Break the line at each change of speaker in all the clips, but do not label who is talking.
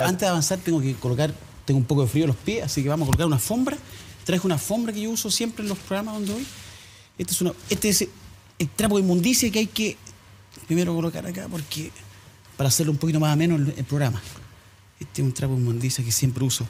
Antes de avanzar tengo que colocar, tengo un poco de frío en los pies, así que vamos a colocar una alfombra. Traje una alfombra que yo uso siempre en los programas donde voy. Este es, una, este es el trapo de inmundicia que hay que primero colocar acá porque para hacerlo un poquito más ameno el, el programa. Este es un trapo de inmundicia que siempre uso.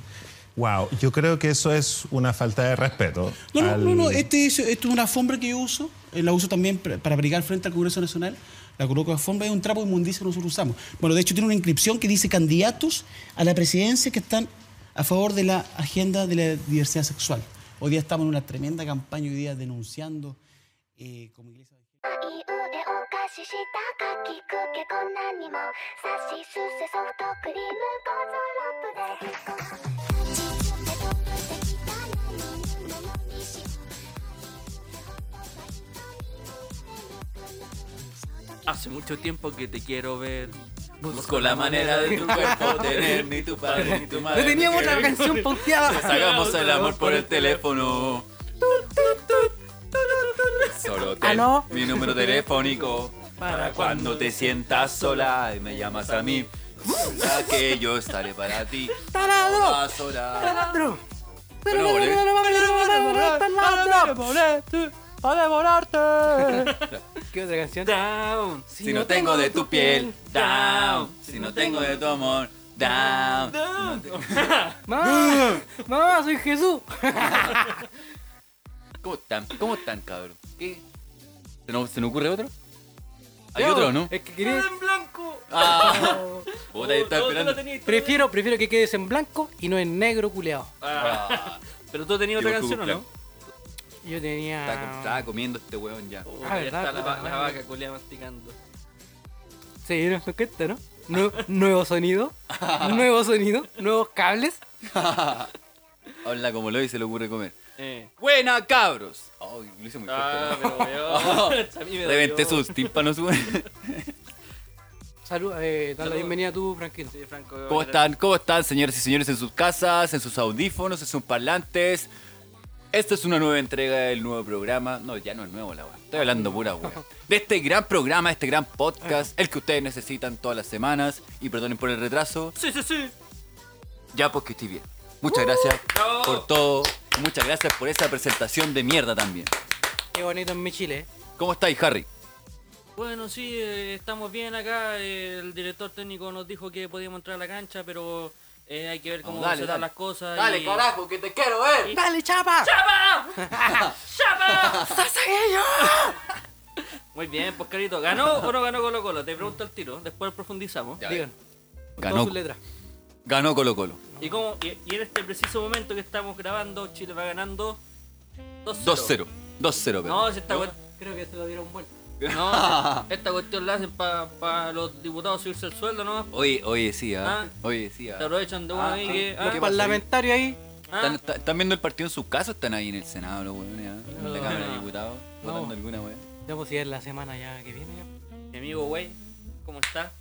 Wow, yo creo que eso es una falta de respeto.
No, no,
al-
no, no, este es, esto es una alfombra que yo uso, eh, la uso también pr- para abrigar frente al Congreso Nacional, la coloco de alfombra, es un trapo de inmundicia que nosotros usamos. Bueno, de hecho tiene una inscripción que dice candidatos a la presidencia que están a favor de la agenda de la diversidad sexual. Hoy día estamos en una tremenda campaña, hoy día denunciando eh, como iglesia...
いい腕を貸ししたかきくけこんなにもさしすせソフトクリームゴゾロップで
Hace mucho tiempo que te quiero ver. Busco la manera de tu cuerpo tener ni tu padre ni tu madre.
No teníamos otra canción
Nos
ponteada.
hagamos el amor por el teléfono. Solo ten
¿Aló?
mi número telefónico Ah, para cuando te sientas sola y me llamas a mí. Ya que yo estaré para ti.
Tarado.
Más sola.
Taladro.
Pero no ¿eh? volé.
¡Para devorarte!
¿Qué otra canción?
Down.
Si no tengo de tu piel, down. Si no tengo de tu amor, down.
¡Mamá! ¡Mamá, soy Jesús!
¿Cómo están? ¿Cómo están, cabrón? ¿Qué? ¿Se nos, se nos ocurre otro? ¿Hay otro,
eh,
no?
Es que quería-
en blanco.
Ah, puta, ahí está
Todo- todo
esperando.
oh, lo tenía- todo-
prefiero, prefiero que quedes en blanco y no en negro culeado.
Ah,
Pero tú tenías otra
Yo
canción, ¿o
tuve
no?
Yo
está com- estaba
tenía...
comiendo este weón ya.
Oh,
Ah,
ahí
verdad,
está la,
puta
va- la
madre.
vaca culia masticando.
Sí, no me cuenta, ¿no? Nue- nuevo sonido, nuevo sonido, nuevos cables.
Habla como lo y se le ocurre comer.
Eh.
¡Buena, cabros! Ay, lo hice muy fuerte.
Ah,
¿no?
pero weón. a mí me
Reventé
dolió.
sus tímpanos, weón.
Salud, eh, dale la
Salud.
bienvenida tú, Franquito.
Sí, Franco,
¿Cómo
era-
están? ¿Cómo están, señores y señores, en sus casas, en sus audífonos, en sus parlantes? Esta es una nueva entrega del nuevo programa. No, ya no es nuevo la weá. Estoy hablando pura weá. De este gran programa, este gran podcast, el que ustedes necesitan todas las semanas. Y perdonen por el retraso.
Sí, sí, sí.
Ya porque estoy bien. Muchas gracias
Uh, ¡Bravo!
por todo. y Muchas gracias por esa presentación de mierda también.
Qué bonito en mi Chile, ¿eh?
¿Cómo estáis, Harry?
Bueno, sí, eh, estamos bien acá. eh, el director técnico nos dijo que podíamos entrar a la cancha, pero eh, hay que ver cómo
Vamos, dale,
se
dale.
dan las cosas. y-
que te quiero ver.
¡Dale, chapa!
¡Chapa! ¡Chapa! Muy bien, pues carito, ¿ganó o no ganó Colo Colo? Te pregunto al tiro, después profundizamos.
Digan, todas
Ganó,
sus letras.
ganó Colo Colo.
Y, como, y, y en este preciso momento que estamos grabando, Chile va ganando 2-0.
2-0. 2-0, pero.
No, si esta, cuest-
Creo que se lo dieron vuelta.
no, esta cuestión la hacen para los diputados subirse el sueldo, ¿no?
Oye, oye, sí, ¿ah?
Ah.
Oye, sí, ¿ah?
Te aprovechan de uno
Ah,
ahí
sí.
que... ah,
¿Qué
Los
pasa ahí?
parlamentarios ahí.
ah,
¿Están, está- están viendo el partido en sus casas? ¿Están ahí en el Senado los weones? ¿ah? ¿En la
No.
Cámara de Diputados?
No.
¿Votando alguna weón?
Ya pues si es la semana ya que viene. ya.
Mi amigo, güey, ¿cómo está?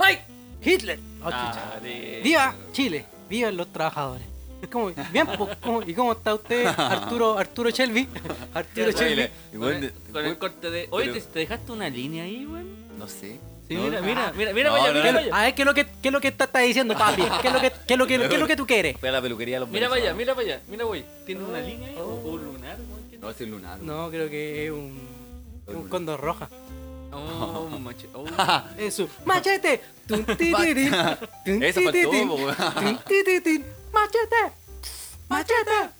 ¡Ay! ¡Hitler! Oh,
Ah.
chucha.
Dale.
¡Viva Chile! ¡Viva los trabajadores! ¿Cómo? Bien, po, ¿cómo- ¿y cómo está usted, Arturo, Arturo Shelby? Arturo
Chile.
Shelby.
Con el, con el corte de... Oye, ¿te, te dejaste una línea ahí, güey?
No sé.
Sí,
No,
mira,
Mira, mira,
mira.
mira,
No,
vaya,
no,
mira,
no.
vaya.
A ver, ¿qué es lo que, qué es lo que está, está diciendo, papi? ¿Qué es lo que, qué es lo que, qué es lo que tú quieres?
Fue a la peluquería de los
Mira para allá,
venezolanos.
mira para allá, Oh, mira güey. Tiene una línea ahí, o o un lunar, güey. ¿qué
No, es el lunar.
No, creo que es un, un cóndor roja.
Oh, macho. Oh.
Eso. ¡Machete! Tun, ti, ti, ti. Tun,
Eso
ti,
faltó,
ti, ti.
po, weón.
Tun, ti, ti, ti. ¡Machete! ¡Machete!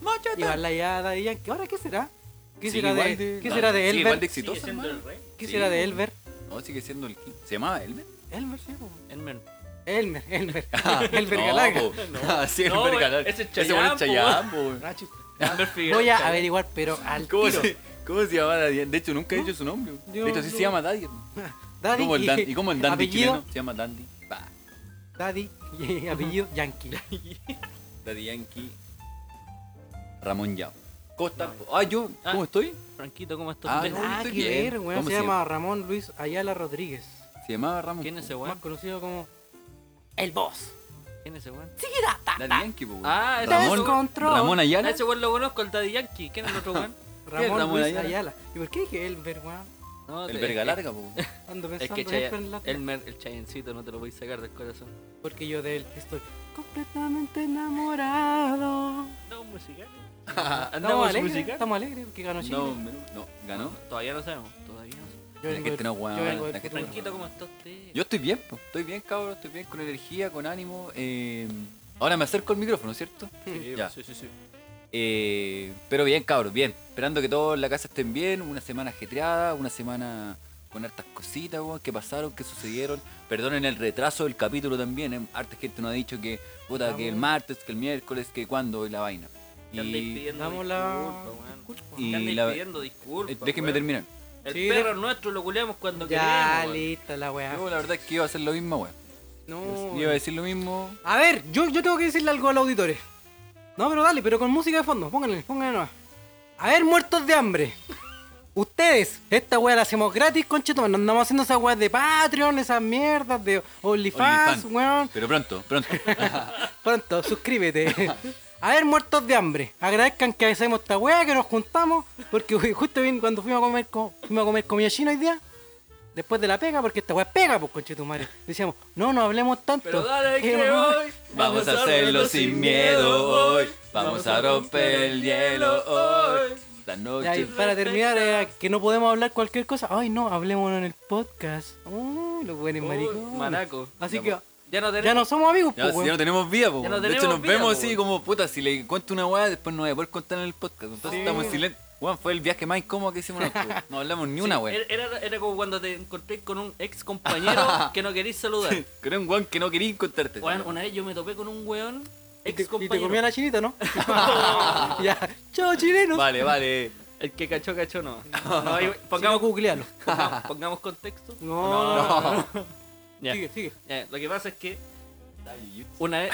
¡Machete! Llevarla ya a Daddy Yankee. ¿Ahora qué será? ¿Qué
Sí,
será de,
igual de-
¿qué será de
Sí, igual de
Elber?
Sigue
exitoso,
siendo
hermano.
el rey.
¿Qué
sí.
será de Elber?
No, sigue siendo el. ¿Se llamaba Elmer?
Elmer, sí, po.
El men.
Elmer, Elmer. Elmer Galaga.
Ah, No, po. Ah, Sí,
No,
Elmer Galaga.
ese es
Ese weón es
Chayán,
Chayán, po, weón.
Ah, chup.
Amber Figueroa.
Voy a averiguar, pero al
¿Cómo
tiro.
se, ¿Cómo se llamaba Daddy? De hecho, nunca he dicho su nombre. weón.
Yo-
de hecho, sí
yo-
se llama Daddy. hermano.
Daddy
¿Cómo el Dan- ¿Y cómo el Dandy
apellido,
chileno? Se llama Dandy. Bah,
Daddy y apellido Yankee.
Daddy Yankee. Ramón Yao. ¿Cómo están? Ah, yo, ¿cómo estoy?
Franquito, ¿cómo estás?
Ah,
¿Dónde
no,
estás?
Ah,
estoy
que
bien.
ver, weón.
¿Cómo
Se
se
llama Ramón Luis Ayala Rodríguez.
Se llamaba Ramón.
¿Quién es ese
Más
weón?
conocido como. El Boss.
¿Quién es ese weón?
Daddy Yankee, po, weón.
Ah, ese
Ramón,
Descontrol.
Ramón
Ah,
Ayala.
ese weón lo conozco, el Daddy Yankee. ¿Quién es el otro weón?
Ramón,
Ramón
Luis
Ayala?
Ayala? ¿Y por qué que Elber, weón?
No,
El
te-
verga
es-
larga, po.
Ando
Es que
pensando siempre
Chaya-
en la-
el, mer- el chayencito no te lo voy a sacar del corazón.
Porque yo de él estoy completamente enamorado.
Andamos musical.
Estamos
Andamos
alegres,
musical.
estamos alegres porque ganó Chile.
No, no, ganó.
Todavía ¿Ah, no sabemos, todavía no sabemos.
yo
la gente
del-
este no hueá,
yo vengo
la
del
gente
futuro.
Tranquilo, ¿cómo está usted?
Yo estoy bien, po. estoy bien, cabrón, estoy bien, con energía, con ánimo. eh, Ahora me acerco al micrófono, ¿cierto?
Sí,
Ya.
sí, sí, sí.
Eh, pero bien, cabros, bien. Esperando que todos en la casa estén bien. Una semana ajetreada, una semana con hartas cositas, weón, que pasaron, que sucedieron. Perdonen el retraso del capítulo también. eh. Harta gente nos ha dicho que,
Ah,
puta, que el martes, que el miércoles, que cuándo y la vaina.
Te andáis
Y,
pidiendo
damos la-
disculpas, weón.
disculpa.
Te
Y
andáis
la-
pidiendo disculpas.
eh, déjenme
weón.
terminar.
El
Sí,
perro
de-
es nuestro lo culeamos cuando
Ya,
queremos. weón.
lista la weá.
Yo la verdad es que iba a hacer lo mismo, weón.
No.
Iba a decir lo mismo.
A ver, yo, yo tengo que decirle algo a los auditores. No, pero dale, pero con música de fondo. Pónganle, pónganle nomás. A ver, muertos de hambre. Ustedes, esta weá la hacemos gratis, conchetón. No andamos haciendo esas weas de Patreon, esas mierdas de
OnlyFans.
OnlyFans, weón.
Pero pronto, pronto.
Pronto, suscríbete. A ver, muertos de hambre. Agradezcan que hacemos esta weá, que nos juntamos. Porque ju- justo bien cuando fuimos a comer, co- fuimos a comer comida china hoy día. Después de la pega, porque esta weá pega, pues conchetumare. Decíamos, no, no hablemos tanto.
Pero dale que
Eh,
hoy
Vamos a hacerlo sin miedo hoy. Vamos a romper el hielo hoy. La
Ya, y
noche.
para terminar, eh, que no podemos hablar cualquier cosa. Ay, no, hablemos en el podcast. Uh, los buenos
Uy,
maricones.
maraco.
Así
Ya, pues.
que
Ya no tenemos.
ya no somos amigos,
Ya,
pues,
si ya no tenemos vida, po,
Ya no
weón. de
tenemos
hecho nos
vida,
vemos
po,
así
weón.
como, puta, si le cuento una weá, después no voy a poder contar en el podcast. Entonces
Sí.
estamos en silencio. Weón, fue el viaje más incómodo que hicimos nosotros. weón. No hablamos ni una weá.
Era, era- era como cuando te encontré con un ex compañero que no querís saludar.
Creo un weón que no quería encontrarte.
Weón, una vez yo me topé con un weón
Y
ex
te, y te comía
compañero.
la chinita, ¿no? ya. Chao, chilenos.
Vale, vale.
El que cachó, cachó no. No, ahí- pongamos,
Pongamos googlealo.
pongamos, pongamos contexto.
No, no, no, no.
Ya.
Sigue, sigue.
Ya, lo que pasa es que una vez.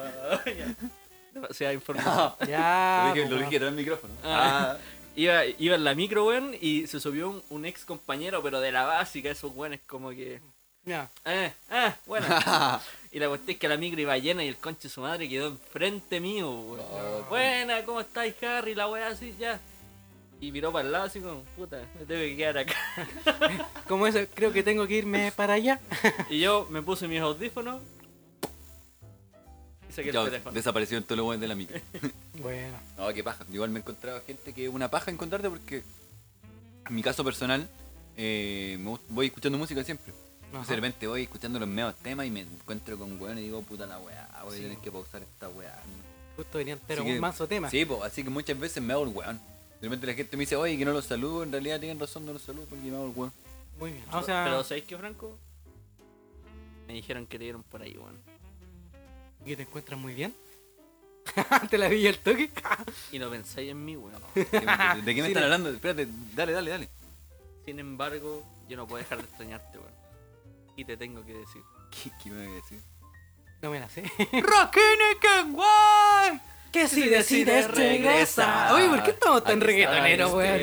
Se ha informado.
Ya.
lo dije, lo
pues,
dije detrás del micrófono.
Ah, Iba, iba en la micro, weón, y se subió un, un ex compañero, pero de la básica, esos weones como que.
ya.
Eh, eh, bueno. y la cuestión es que la micro iba llena y el conche de su madre quedó enfrente mío, weón. Buena, ¿cómo estáis, Harry? La weá así, ya. Y miró para el lado así como, puta, me tengo que quedar acá.
Como eso, creo que tengo que irme para allá.
y yo me puse mis audífonos. Y saqué el
Chao,
teléfono.
desaparecieron todos los weones de la micro.
Bueno.
No, qué paja. Igual me he encontrado gente que es una paja encontrarte porque, en mi caso personal, eh, me gust- voy escuchando música siempre. Entonces, de repente voy escuchando los medios temas y me encuentro con weón y digo, puta la weá, voy a tener que pausar esta weá.
Justo venía entero
Así
un
que-
mazo tema.
Sí, po, así que muchas veces me hago el weón. De repente la gente me dice, oye, que no los saludo, en realidad tienen razón, no los saludo porque me hago el weón.
Muy bien. O sea,
Pero ¿sabéis qué, Franco? Me dijeron que te dieron por ahí, weón.
que te encuentras muy bien. te la vi el toque.
Y no pensáis en mí, weón.
¿De de qué me
Sí,
están
de-
hablando? Espérate, dale, dale, dale.
Sin embargo, yo no puedo dejar de extrañarte, weón. Y te tengo que decir.
¿Qué, qué me voy a decir?
No me la sé.
¡Rakinikan
Que si decides regresa. Ah, Oye,
Ah,
¿por qué estamos tan reggaetoneros, weón?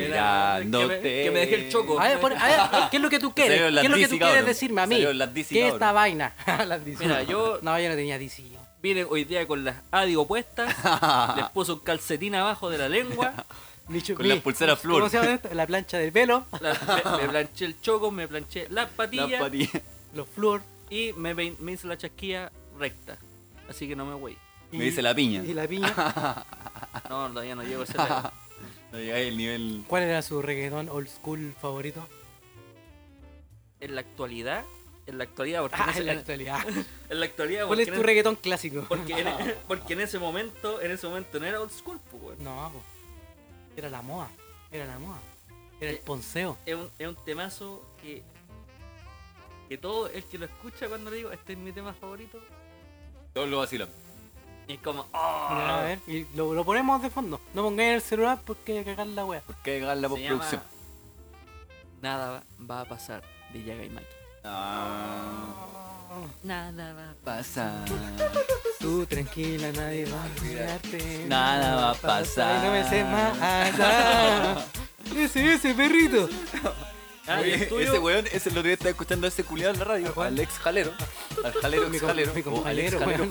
Que
Mirándote.
me- que me dejé el choco.
A ver, pon- a ver, ¿qué es lo que tú quieres?
Salieron las
¿Qué es lo que
DC,
tú quieres
cabrón.
decirme a mí?
Salieron las DC,
¿Qué es
cabrón.
esta vaina? Las DC.
Mira, yo-
No, yo no tenía DC. yo.
Vine hoy día con las adigo puestas, les puse un calcetín abajo de la lengua,
Mi chu-
Con
mi-
la pulsera flor.
¿Cómo se llama esto? La plancha del pelo,
la- me, me planché el choco, me planché las patillas
La patilla.
los flor
y me, pein- me hice la chasquilla recta. Así que no me voy.
y-
Me dice la piña.
y la piña.
No, todavía no llego a ese lado.
No llegáis al nivel.
¿Cuál era su reggaetón old school favorito?
En la actualidad, en la actualidad, porque
Ah,
en,
en la
ese-
actualidad.
en la actualidad,
¿Cuál
porque,
es tu
en,
reggaetón clásico?
porque, en, e, porque en ese momento, en ese momento no era old school, pues, weón.
No, po. era la moda. Era la moda. Era el ponceo.
es un, es un temazo que que todo el que lo escucha cuando le digo este es mi tema favorito
Todos lo vacilan.
y es como
Mira,
"Oh".
a ver, y lo, lo ponemos de fondo. No pongáis el celular porque cagar la wea.
¿Por qué llegar la
Se llama
postproducción?
nada va- va a pasar de Yaga y Maki
Ah,
nada va
pasa.
Tú tranquila, nadie va a mirarte.
Nada va a pasar.
Ay, no me sé más. Ah. allá. Ese, ese perrito.
ah, y
Oye,
el
Ese
tuyo
weón, ese lo día estaba escuchando a ese culiado en la radio, al ex jalero, al jalero
Mi
ex
com-
jalero,
mi
o al ex jalero
compañero, weón.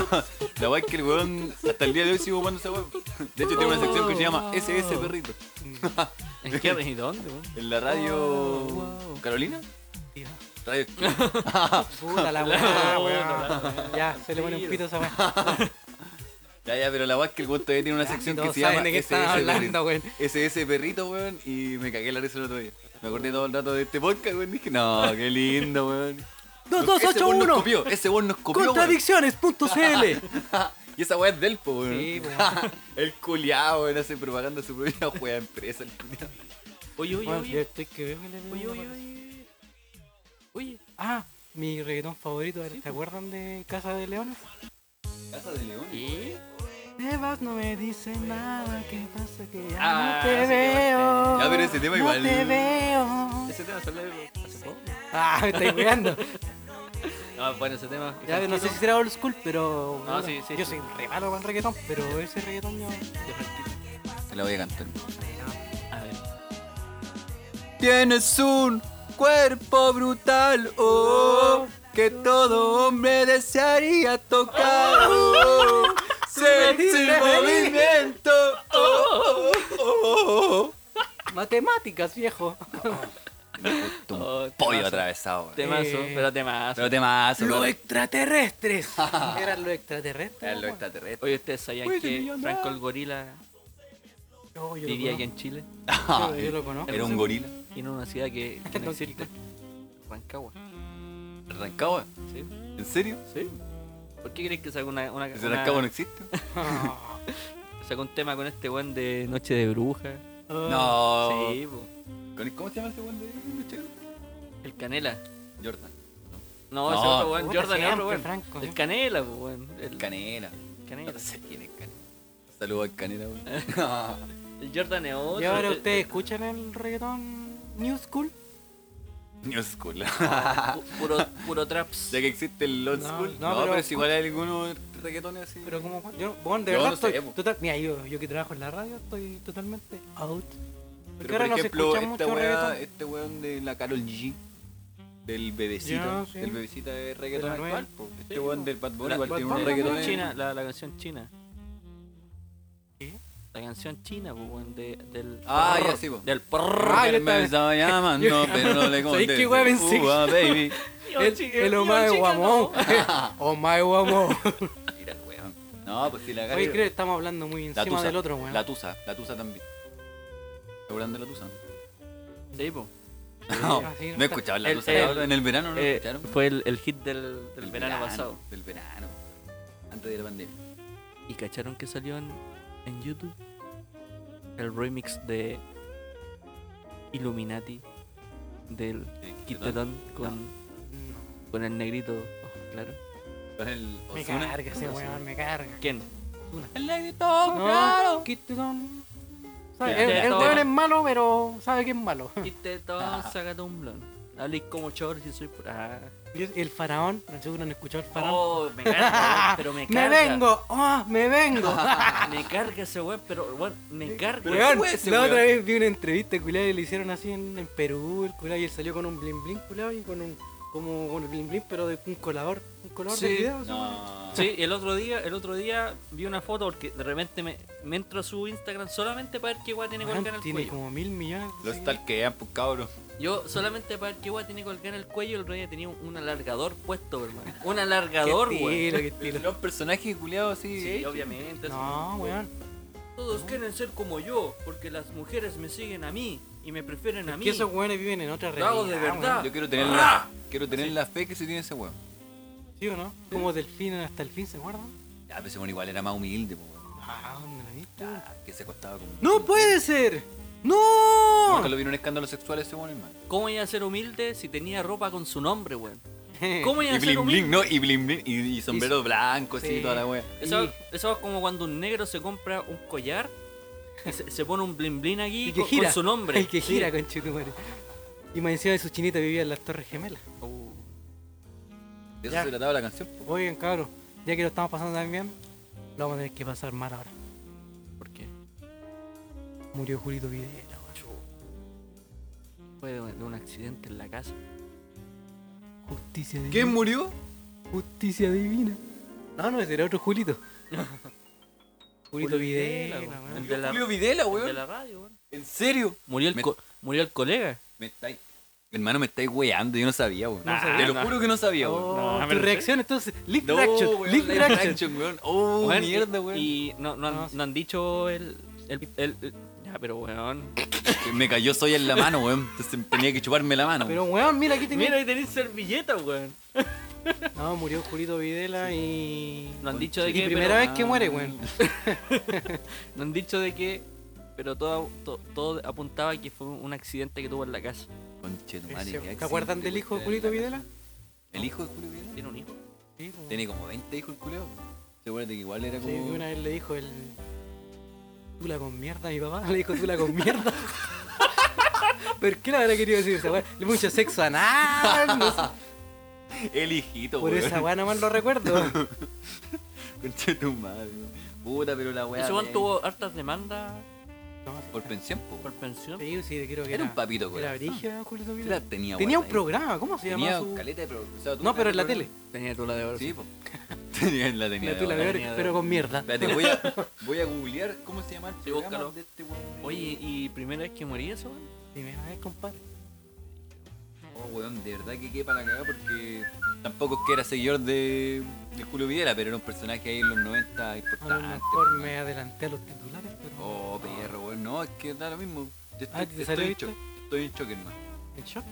jalero. La weá es que el weón hasta el día de hoy sigue jugando ese weón. De hecho tiene una sección que se llama SS Perrito.
¿En qué ¿Y dónde, weón?
En la radio. ¿Carolina? Radio.
Puta la weá, weón. Ya, se le pone un pito a esa weá.
Ya, ya, pero la weá es que el weón todavía tiene una sección que
todos
se llama
saben de qué están hablando, weón.
SS Perrito, weón, y me cagué la risa el otro día. Me acordé todo el rato de este podcast, weón, dije, no, qué lindo, weón.
Dos,
No,
dos,
ese
ocho,
weón nos
uno.
copió, ese weón nos copió, weón.
Contradicciones.cl
Y esa weá es del po, weón.
Sí,
el culiao, weón, hace propaganda a su propia weá empresa, el culiao.
Oye, oye,
Bueno, yo
oye.
estoy que veo que le veo
Oye,
una
oye,
pata.
oye. Oye, pues.
Ah, mi reggaetón favorito, ¿te acuerdan de Casa de Leones?
Casa de León.
¿qué?
Te vas, no me dice nada, ¿qué pasa? Que ya
Ah,
no te
sí,
veo.
Ya, pero ese tema
no
igual-
te veo.
Ese tema salió hace poco.
Ah, me estáis cuidando.
Ah, bueno, ese tema.
ya, pero no sé si será old school, pero.
No, sí, sí,
Yo
sí.
soy re malo con reggaetón, pero ese reggaetón yo.
Te la voy a cantar.
A ver.
Tienes un cuerpo brutal, oh, que todo hombre desearía tocar. Oh, sentir
Sentir
movimiento, oh, oh, oh,
Matemáticas, viejo.
oh.
Oh, temazo.
pollo atravesado. weón.
Temazo,
Eh.
pero temazo.
Pero temas.
Los extraterrestres. Eran los extraterrestres. este
Lo extraterrestre.
Oye, ¿ustedes sabían que Franco el Gorila
No, yo lo
vivía aquí
conozco.
en Chile?
Yo, yo lo conozco.
Era un gorila.
Y en una ciudad que, que no
Don
existe. Rancagua.
¿Rancagua?
¿Sí?
¿En serio?
¿Sí? ¿Por qué crees que sacó una, una,
¿Ese
una-
Rancagua no existe?
Ah.
sacó un tema con este weón de Noche de Bruja?
Oh,
No.
Sí, po.
¿Con- ¿Cómo se llama ese buen de luchador?
El Canela.
Jordan.
No,
No.
ese otro weón,
Puta,
Jordan es
siempre,
otro weón.
Franco,
el
sí.
Canela, po, weón. El
Canela.
Canela.
No sé quién es Canela. Saludos al Canela, weón.
El Jordan es otro.
¿Y ahora
el-
eh,
ustedes escuchan el reggaetón New School?
New School.
pu- Puro, puro traps.
Ya que existe el old
No,
school.
no,
No,
pero-
pero, es igual hay algunos reggaetones así.
Pero como Juan- yo, bueno, de
Yo
verdad
no sé,
estoy
po.
total- mira, yo, yo que trabajo en la radio estoy totalmente out.
Pero,
Porque ahora
por
no se
ejemplo,
escucha
esta
mucho
weá,
reggaetón.
este weón de la Carol G. Del bebecita.
Ya, sí.
El bebecita de reggaetón
De la
actual.
nueva.
po. Este
Sí,
weón
po.
del Bad Bunny
La,
igual
Bad
tiene
Bunny
unos reggaetones.
china, la, la canción china.
¿Qué?
La canción china, po, weón, de, del.
Ah,
porro,
ya, sí, po.
Del porro.
Ah, yo
Pero me
también.
estaba llamando, pero no le
¿Sabéis
conté.
qué weá pensé?
Uva, baby.
El, el Omae Guamón. Omae Guamón.
Mira, weón. No, pues si la
Oye, creo
Carol.
que estamos hablando muy
La
encima
tusa,
del otro, weón.
La tusa, la tusa también. ¿Te acuerdan de la tusa?
Sí, po.
No,
Ah, sí, no
no
está.
escuchaban la
El-
tusa
el-
ahora, en el verano, ¿no?
Eh,
escucharon?
fue el, el hit del, del
Del
verano, pasado.
Del verano. Antes de la pandemia.
¿Y cacharon que salió en, en YouTube? El remix de Illuminati del Kid Dedón
Perdón.
con, con el negrito. oh, claro.
Con el
Mm, Me
Ozuna.
carga ese
Ozuna.
weón, me carga.
¿Quién?
No, quítete don. ¿Sabe?
Ya,
El,
ya,
el
todo.
weón es malo, pero sabe que es malo.
Kid Dedón, sácate un blon. Hablé Ah. como chorro si soy. por- Ah.
Y es El faraón, seguro no escuchó el faraón.
Oh, me carga, pero me
me
carga.
vengo, ah, me vengo.
Me carga ese weón, pero weón, me carga.
Weón,
fue ese
la
weón?
otra vez vi una entrevista, culiao, y le hicieron así en, en Perú, el culiao, y él salió con un blin blin, culiao, y con un, como con el blin blin, pero de un colador, un colador de video. así, weón.
No.
Sí, el otro día, el otro día vi una foto porque de repente me, me entro a su Instagram solamente para ver qué guay tiene
Weón,
colgada en el
tiene
cuello.
como mil millones. de
Los
seguidores.
talquean, pues cabros.
Yo solamente para ver qué guay tiene colgada en el cuello, el otro día tenía un, un alargador puesto, hermano. Un alargador,
Qué
weón.
tiro, qué tiro.
Los personajes culiados así.
Sí, obviamente.
No, weón.
Todos quieren ser como yo, porque las mujeres me siguen a mí y me prefieren a mí.
Que esos weones viven en otra
Lo
realidad.
hago de verdad.
weón.
Yo quiero tener la, quiero tener la fe que se tiene ese weón.
¿Sí o no? Como delfín hasta el fin, ¿se acuerdan?
Ya, pero ese weón igual era más humilde, pues, weón.
Ah, ¿dónde la viste?
Ah, que se acostaba con.
¡No puede ser!
Nunca
¡No!
lo vino un escándalo sexual ese weón, hermano.
¿Cómo iba a ser humilde si tenía ropa con su nombre, weón?
Eh,
¿Cómo iba
Y
a ser
bling
humilde?
bling, ¿no? Y bling bling. Y, y sombrero blanco, así,
Sí.
toda la wea.
Eso,
Y-
eso es como cuando un negro se compra un collar y se, se pone un blin blin aquí
Y que
con,
gira.
con su nombre.
El que
Sí.
gira, conchetumare. Y más encima de su chinita vivía en las Torres Gemelas.
Oh.
De eso
Ya.
se trataba la canción. pues.
Oigan, cabros, ya que lo estamos pasando tan bien, lo vamos a tener que pasar mal ahora.
¿Por qué?
Murió Julito Videla, weón.
Fue de, un- de un accidente en la casa.
Justicia divina.
¿Quién murió?
Justicia divina. No, no, ese era otro Julito. Julito Videla, weón.
El de la,
Julio Videla,
el de
weón.
la radio, weón. ¿En serio? Murió el,
Me-
co- murió el colega.
Me estáis. Hermano, me estáis weando, yo no sabía, weón. Ah,
No sabía.
Te lo
No.
juro que no sabía, weón.
No, a
tu
ver,
reacción entonces, lift
No,
action,
weón,
lift
la
action.
infraction, weón. Oh,
Weón,
mierda,
y-
weón.
Y no, no, han, no han dicho el. el, el- el- ya, pero weón.
Que Me cayó soya en la mano, weón. Entonces tenía que chuparme la mano.
Pero weón, mira aquí tenía.
Mira, ahí tenéis servilleta, weón.
No, murió Julito Videla y.
No han dicho de
y
qué.
primera
pero-
vez que muere, weón.
No han dicho de qué. Pero todo, to- todo apuntaba que fue un accidente que tuvo en la casa.
Conche, tu madre, qué
¿Te
accidente,
eh, acuerdan del
weón,
hijo de
la-
Julito
la-
Videla?
¿El hijo de Julio Videla?
Tiene un hijo.
Sí, po.
Tiene como 20 hijos el culeo. Seguramente que igual era
Sí,
como.
una vez le dijo el. Tula con mierda, mi papá. Le dijo tula con mierda. ¿Por qué la habrá querido decir esa weá? Le mucho sexo anal. no sé.
El hijito,
Por
weón.
esa weá nomás lo recuerdo.
Conche tu madre, weón. Puta, pero la weá.
Ese weón
bien.
tuvo hartas demandas
Por pensión, po,
por
weón.
pensión.
Sí, sí, creo que
Era un papito, weón.
Era brígido, Julito
La
Videla.
tenía,
Tenía
weón,
un
ahí.
programa, ¿cómo se
Tenía
llamaba
un
su...?
caleta de pro- o sea, tú
No, pero en la
tenías
tele.
Tenía tú la de oro.
Sí, po. Tenía la tenía.
La
de
tula
oro.
de oro, pero con mierda.
Espérate, voy a, voy a googlear cómo se llama el
Sí,
programa
búscalo.
de este weón.
Oye, ¿y primera vez que morí eso, weón?
Primera vez, compadre.
Oh, weón, de verdad que quepa la cagada porque tampoco es que era seguidor de, de Julio Videla, pero era un personaje ahí en los 90
A lo
importante.
mejor
weón.
me adelanté a los titulares, pero...
Oh, perro, weón. No, es que da lo mismo. Yo
Ah,
estoy,
¿te
estoy
salió
en
esto?
shock. Estoy en shock, hermano.
¿En shock?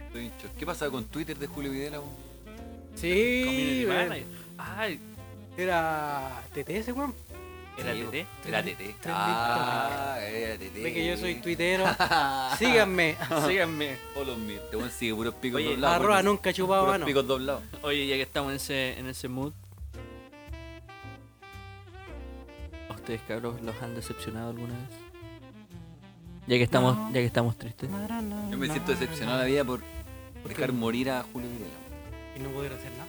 Estoy en shock. ¿Qué pasa con Twitter de Julio Videla, weón?
Sí,
Community
weón.
manager. Ay,
era TT ese weón.
era
Sí,
TT.
Era TT. Ah, era TT.
Ve que yo soy tuitero. Síganme.
Síganme.
Follow me. Este weón sigue puros picos
Oye,
doblados.
Arroba
weón.
nunca chupaba
Puros
mano.
picos doblados.
Oye, ya que estamos en ese, en ese mood. ¿A ustedes, cabros, los han decepcionado alguna vez? Ya que estamos, ya que estamos tristes.
Yo me siento decepcionado de la vida por dejar morir a Julio Videla.
Y no poder hacer nada.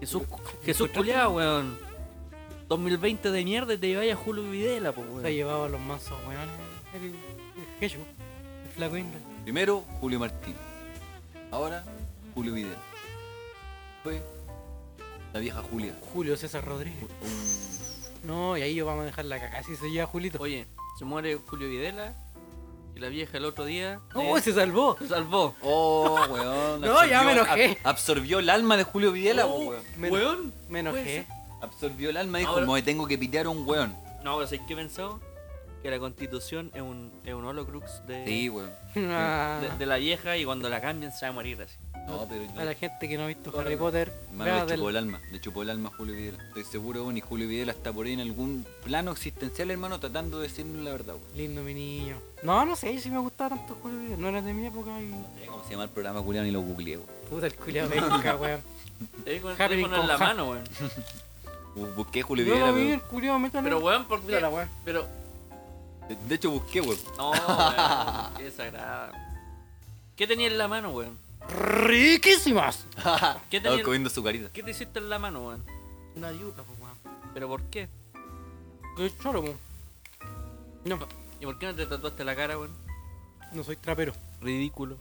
Jesús, Jesús culiao, weón. 2020 de mierda y te lleváis a Julio Videla, pues
Se
weón.
llevaba los mazos, weón. El el Jesús. El flaco Indra.
Primero, Julio Martín. Ahora, Julio Vidal. Fue la vieja Julia.
Julio César Rodríguez.
Uh.
No, y ahí yo vamos a dejar la caca. Así se lleva Julito.
Oye, se muere Julio Videla y la vieja el otro día eh,
eh,
¡Oh, se salvó!
se salvó.
Oh, weón.
No, ya me enojé. Uh.
ab- absorbió el alma de Julio Videla, po,
Oh,
weón.
Me-
weón.
Me enojé.
Absorbió el alma, dijo,
Ahora-
me tengo que pitear a un weón.
No, pero ¿sabes qué pensó? Que la constitución es un, es un holocrux de,
Sí, weón. Eh,
Ah,
de, de la vieja y cuando la cambian se va a morir así.
No, pero
A la gente que no ha visto
Ahora-
Harry Potter,
Hermano,
vea
le chupó
del-
el alma, le chupó el alma a Julio Videla. Estoy seguro, weón, y Julio Videla está por ahí en algún plano existencial, hermano, tratando de decirnos la verdad, weón.
lindo mi niño. No, no sé, si me gustaba tanto Julio Videla. No era de mi época y...
No sé cómo se llama el programa, Julián, y lo googleé, weón.
Puta, el culiao venga, weón.
Te vi con el
Happening
teléfono en
con
la
Hap-
mano, weón.
Bu- Busqué Julio
Yo
Videla,
lo vi, el
weón.
culiao, métale.
Pero weón, ¿por qué?
Mira la weá.
Pero,
De- De hecho, busqué, weón.
no, weón, qué desagradable. ¿Qué tenía en la mano, weón?
¡Riquísimas!
¿Qué
Estaba
tenía?
comiendo su carita.
¿Qué te hiciste en la mano, weón?
Una yuca, pues, weón.
¿Pero por qué?
Qué choro, weón. No,
¿Y por qué no te tatuaste la cara, weón?
no soy trapero.
Ridículo.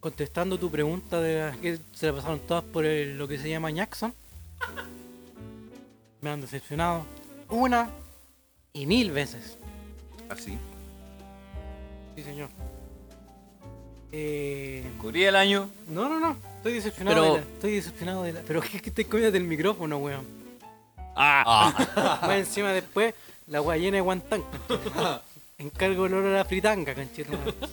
Contestando tu pregunta de las que se la pasaron todas por el- lo que se llama Jackson. Me han decepcionado. Una y mil veces.
Así.
Sí, señor. Eh...
Cubría el año.
No, no, no. Estoy decepcionado
Pero-
de la... Estoy decepcionado de la... Pero es que te comiendo del micrófono, weón. Ah.
Ah.
Más encima después, la weá llena de guantán. conchetumare. Encargo el olor a la fritanga, conchetumare.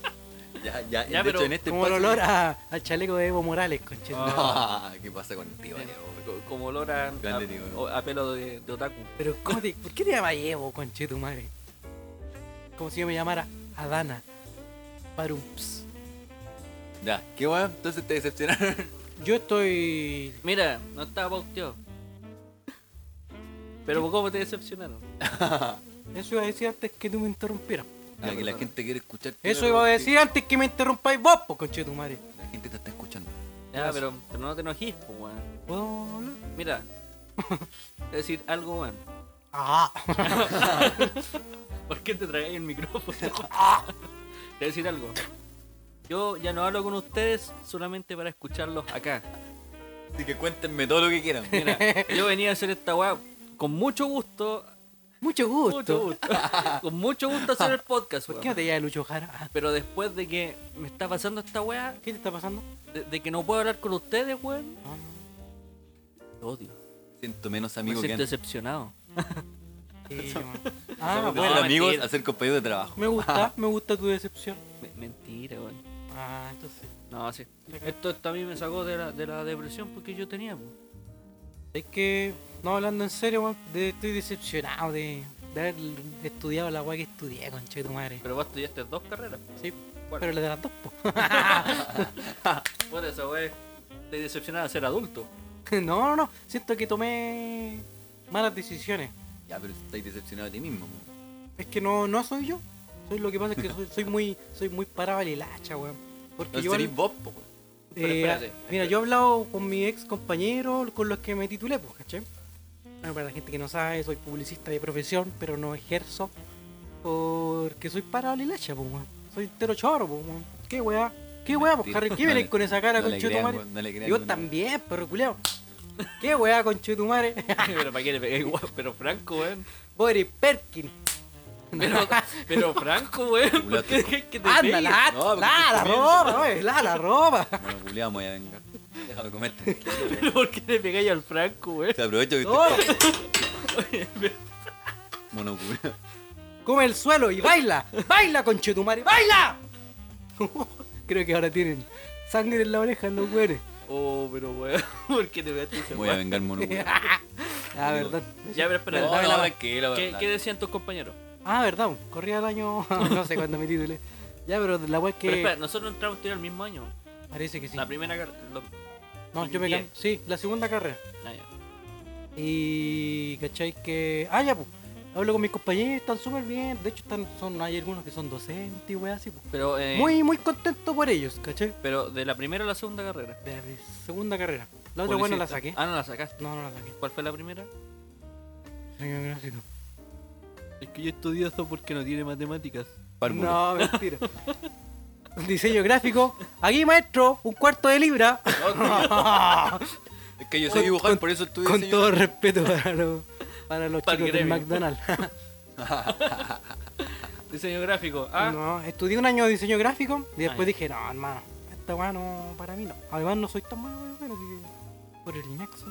Ya, ya,
Ya,
de
pero
hecho, en este
Como el
espacio-
olor a- al chaleco de Evo Morales, conchetumare.
Ah, ¿Qué pasa contigo,
Bien,
Leo?
eh, co- Como olor a, a-
Grande, tío.
o- a pelo de, de otaku.
Pero ¿cómo te... ¿por qué te llamas Evo, conchetumare? Como si yo me llamara Adana. Parumps.
Ya, qué bueno. Entonces te decepcionaron.
Yo estoy...
Mira, no estaba pauteado. Pero ¿cómo te decepcionaron?
Eso iba a decir antes que tú me interrumpieras.
Ya que la
perdona.
gente quiere escuchar.
Eso iba a decir antes que me interrumpáis vos, po, conchetumare.
La gente te está escuchando.
Ya, pero, pero no te enojís, pues, weón.
¿Puedo hablar?
Mira, es decir algo, weón.
Ah.
¿Por qué te traes el micrófono? Te voy a decir algo. Yo ya no hablo con ustedes solamente para escucharlos acá.
Así que cuéntenme todo lo que quieran.
Mira, yo venía a hacer esta weá con mucho gusto
Mucho gusto.
Mucho gusto. Con mucho gusto hacer el podcast,
¿Por
weón.
qué no te llamas Lucho Jara? Ah,
Pero después de que me está pasando esta weá,
¿Qué te está pasando?
de, de que no puedo hablar con ustedes, weón,
Ah.
lo odio.
Siento menos
Me
amigos que
siento
antes.
decepcionado.
Sí, man. ah,
De
bueno.
ser amigos
mentira.
a ser compañeros de trabajo.
Me gusta, me gusta tu decepción.
Me- mentira, weón.
Ah, entonces.
No, sí. Esto, esto a mí me sacó de la, de la depresión porque yo tenía, po.
Es que, no hablando en serio, weón, de- estoy decepcionado de, de haber estudiado la weá que estudié, concha de tu madre.
Pero vos estudiaste dos carreras. po.
Sí,
¿Cuál?
pero la de las dos, po.
Por eso, weón, te decepcionaba ser adulto.
No, no, no. Siento que tomé malas decisiones.
Ya, pero estáis decepcionados de ti mismo. po.
Es que no, no soy yo. Soy lo que pasa es que soy, soy muy, soy muy parado al hilacha, weón. Porque
No
yo
serís vos, po. weón.
Eh,
Pero espérate,
mira,
espérate.
yo he hablado con mi ex compañero, con los que me titulé, pues, ¿cachai? Bueno, para la gente que no sabe, soy publicista de profesión, pero no ejerzo porque soy parado y lacha, pues, weón. Soy entero choro, pues, weón. ¿Qué weá? ¿Qué weá, pues,
Mentira.
Harry? ¿Qué
No
vienen
le-
con esa cara,
no le crean,
conchetumare?
weón, no le crean,
Yo
no le-
también, perro culeado. ¿Qué weá, conchetumare?
pero para qué le pegáis, weón. Pero Franco, weón.
Vos eres Perkin.
Pero, pero Franco, weón. ¿Por qué dejáis que te
Anda,
pegue?
la,
No, porque
la, la
estoy
ropa, weón, la, la ropa.
Bueno, culiado, me voy a vengar. Déjalo comer tranquilo.
Pero ¿por qué le pegáis al Franco, weón?
Te aprovecho que
No,
te... Mono culiao.
come el suelo y baila, baila, conchetumare, baila. Creo que ahora tienen sangre en la oreja los güeyes.
Oh, pero weón, ¿por qué te pegaste ese
Voy a vengar, mono culiao.
Ah, verdad.
Ya, pero espera,
No,
dame
no,
la-
tranquilo,
¿Qué,
dale.
qué decían tus compañeros?
Ah, verdad. Corría el año, no sé cuándo me titulé. Ya, pero la wea es
Pero espera,
que
nosotros entramos a estudiar el mismo año.
parece que sí.
La primera carrera. lo-
No, yo me
diez.
can... Sí, la segunda carrera.
Ah, ya.
Y ¿cachai? que. Ah, ya, pues. Hablo con mis compañeros, están súper bien. De hecho, están, son, hay algunos que son docentes y weas así, pues.
Pero, eh,
Muy, muy contento por ellos, ¿cachai?
pero de la primera a la segunda carrera.
De la segunda carrera. La otra, bueno, la
Publicista.
saqué.
Ah, no la sacaste.
No, no la saqué.
¿Cuál fue la primera?
Señor Gráfico.
Es que yo estudié eso porque no tiene matemáticas.
Párvulo.
No, mentira. Un diseño gráfico. Aquí, maestro, un cuarto de libra.
Es que yo soy dibujar, por eso estudié
Con
diseño.
todo respeto para los, para los
Para el
chicos del
gremio.
McDonald's.
Diseño gráfico. Ah,
No, estudié un año de diseño gráfico y
Ah,
después
ya.
dije, no, hermano, esta weá no, para mí no. Además, no soy tan malo, pero así que- por el ñaxo.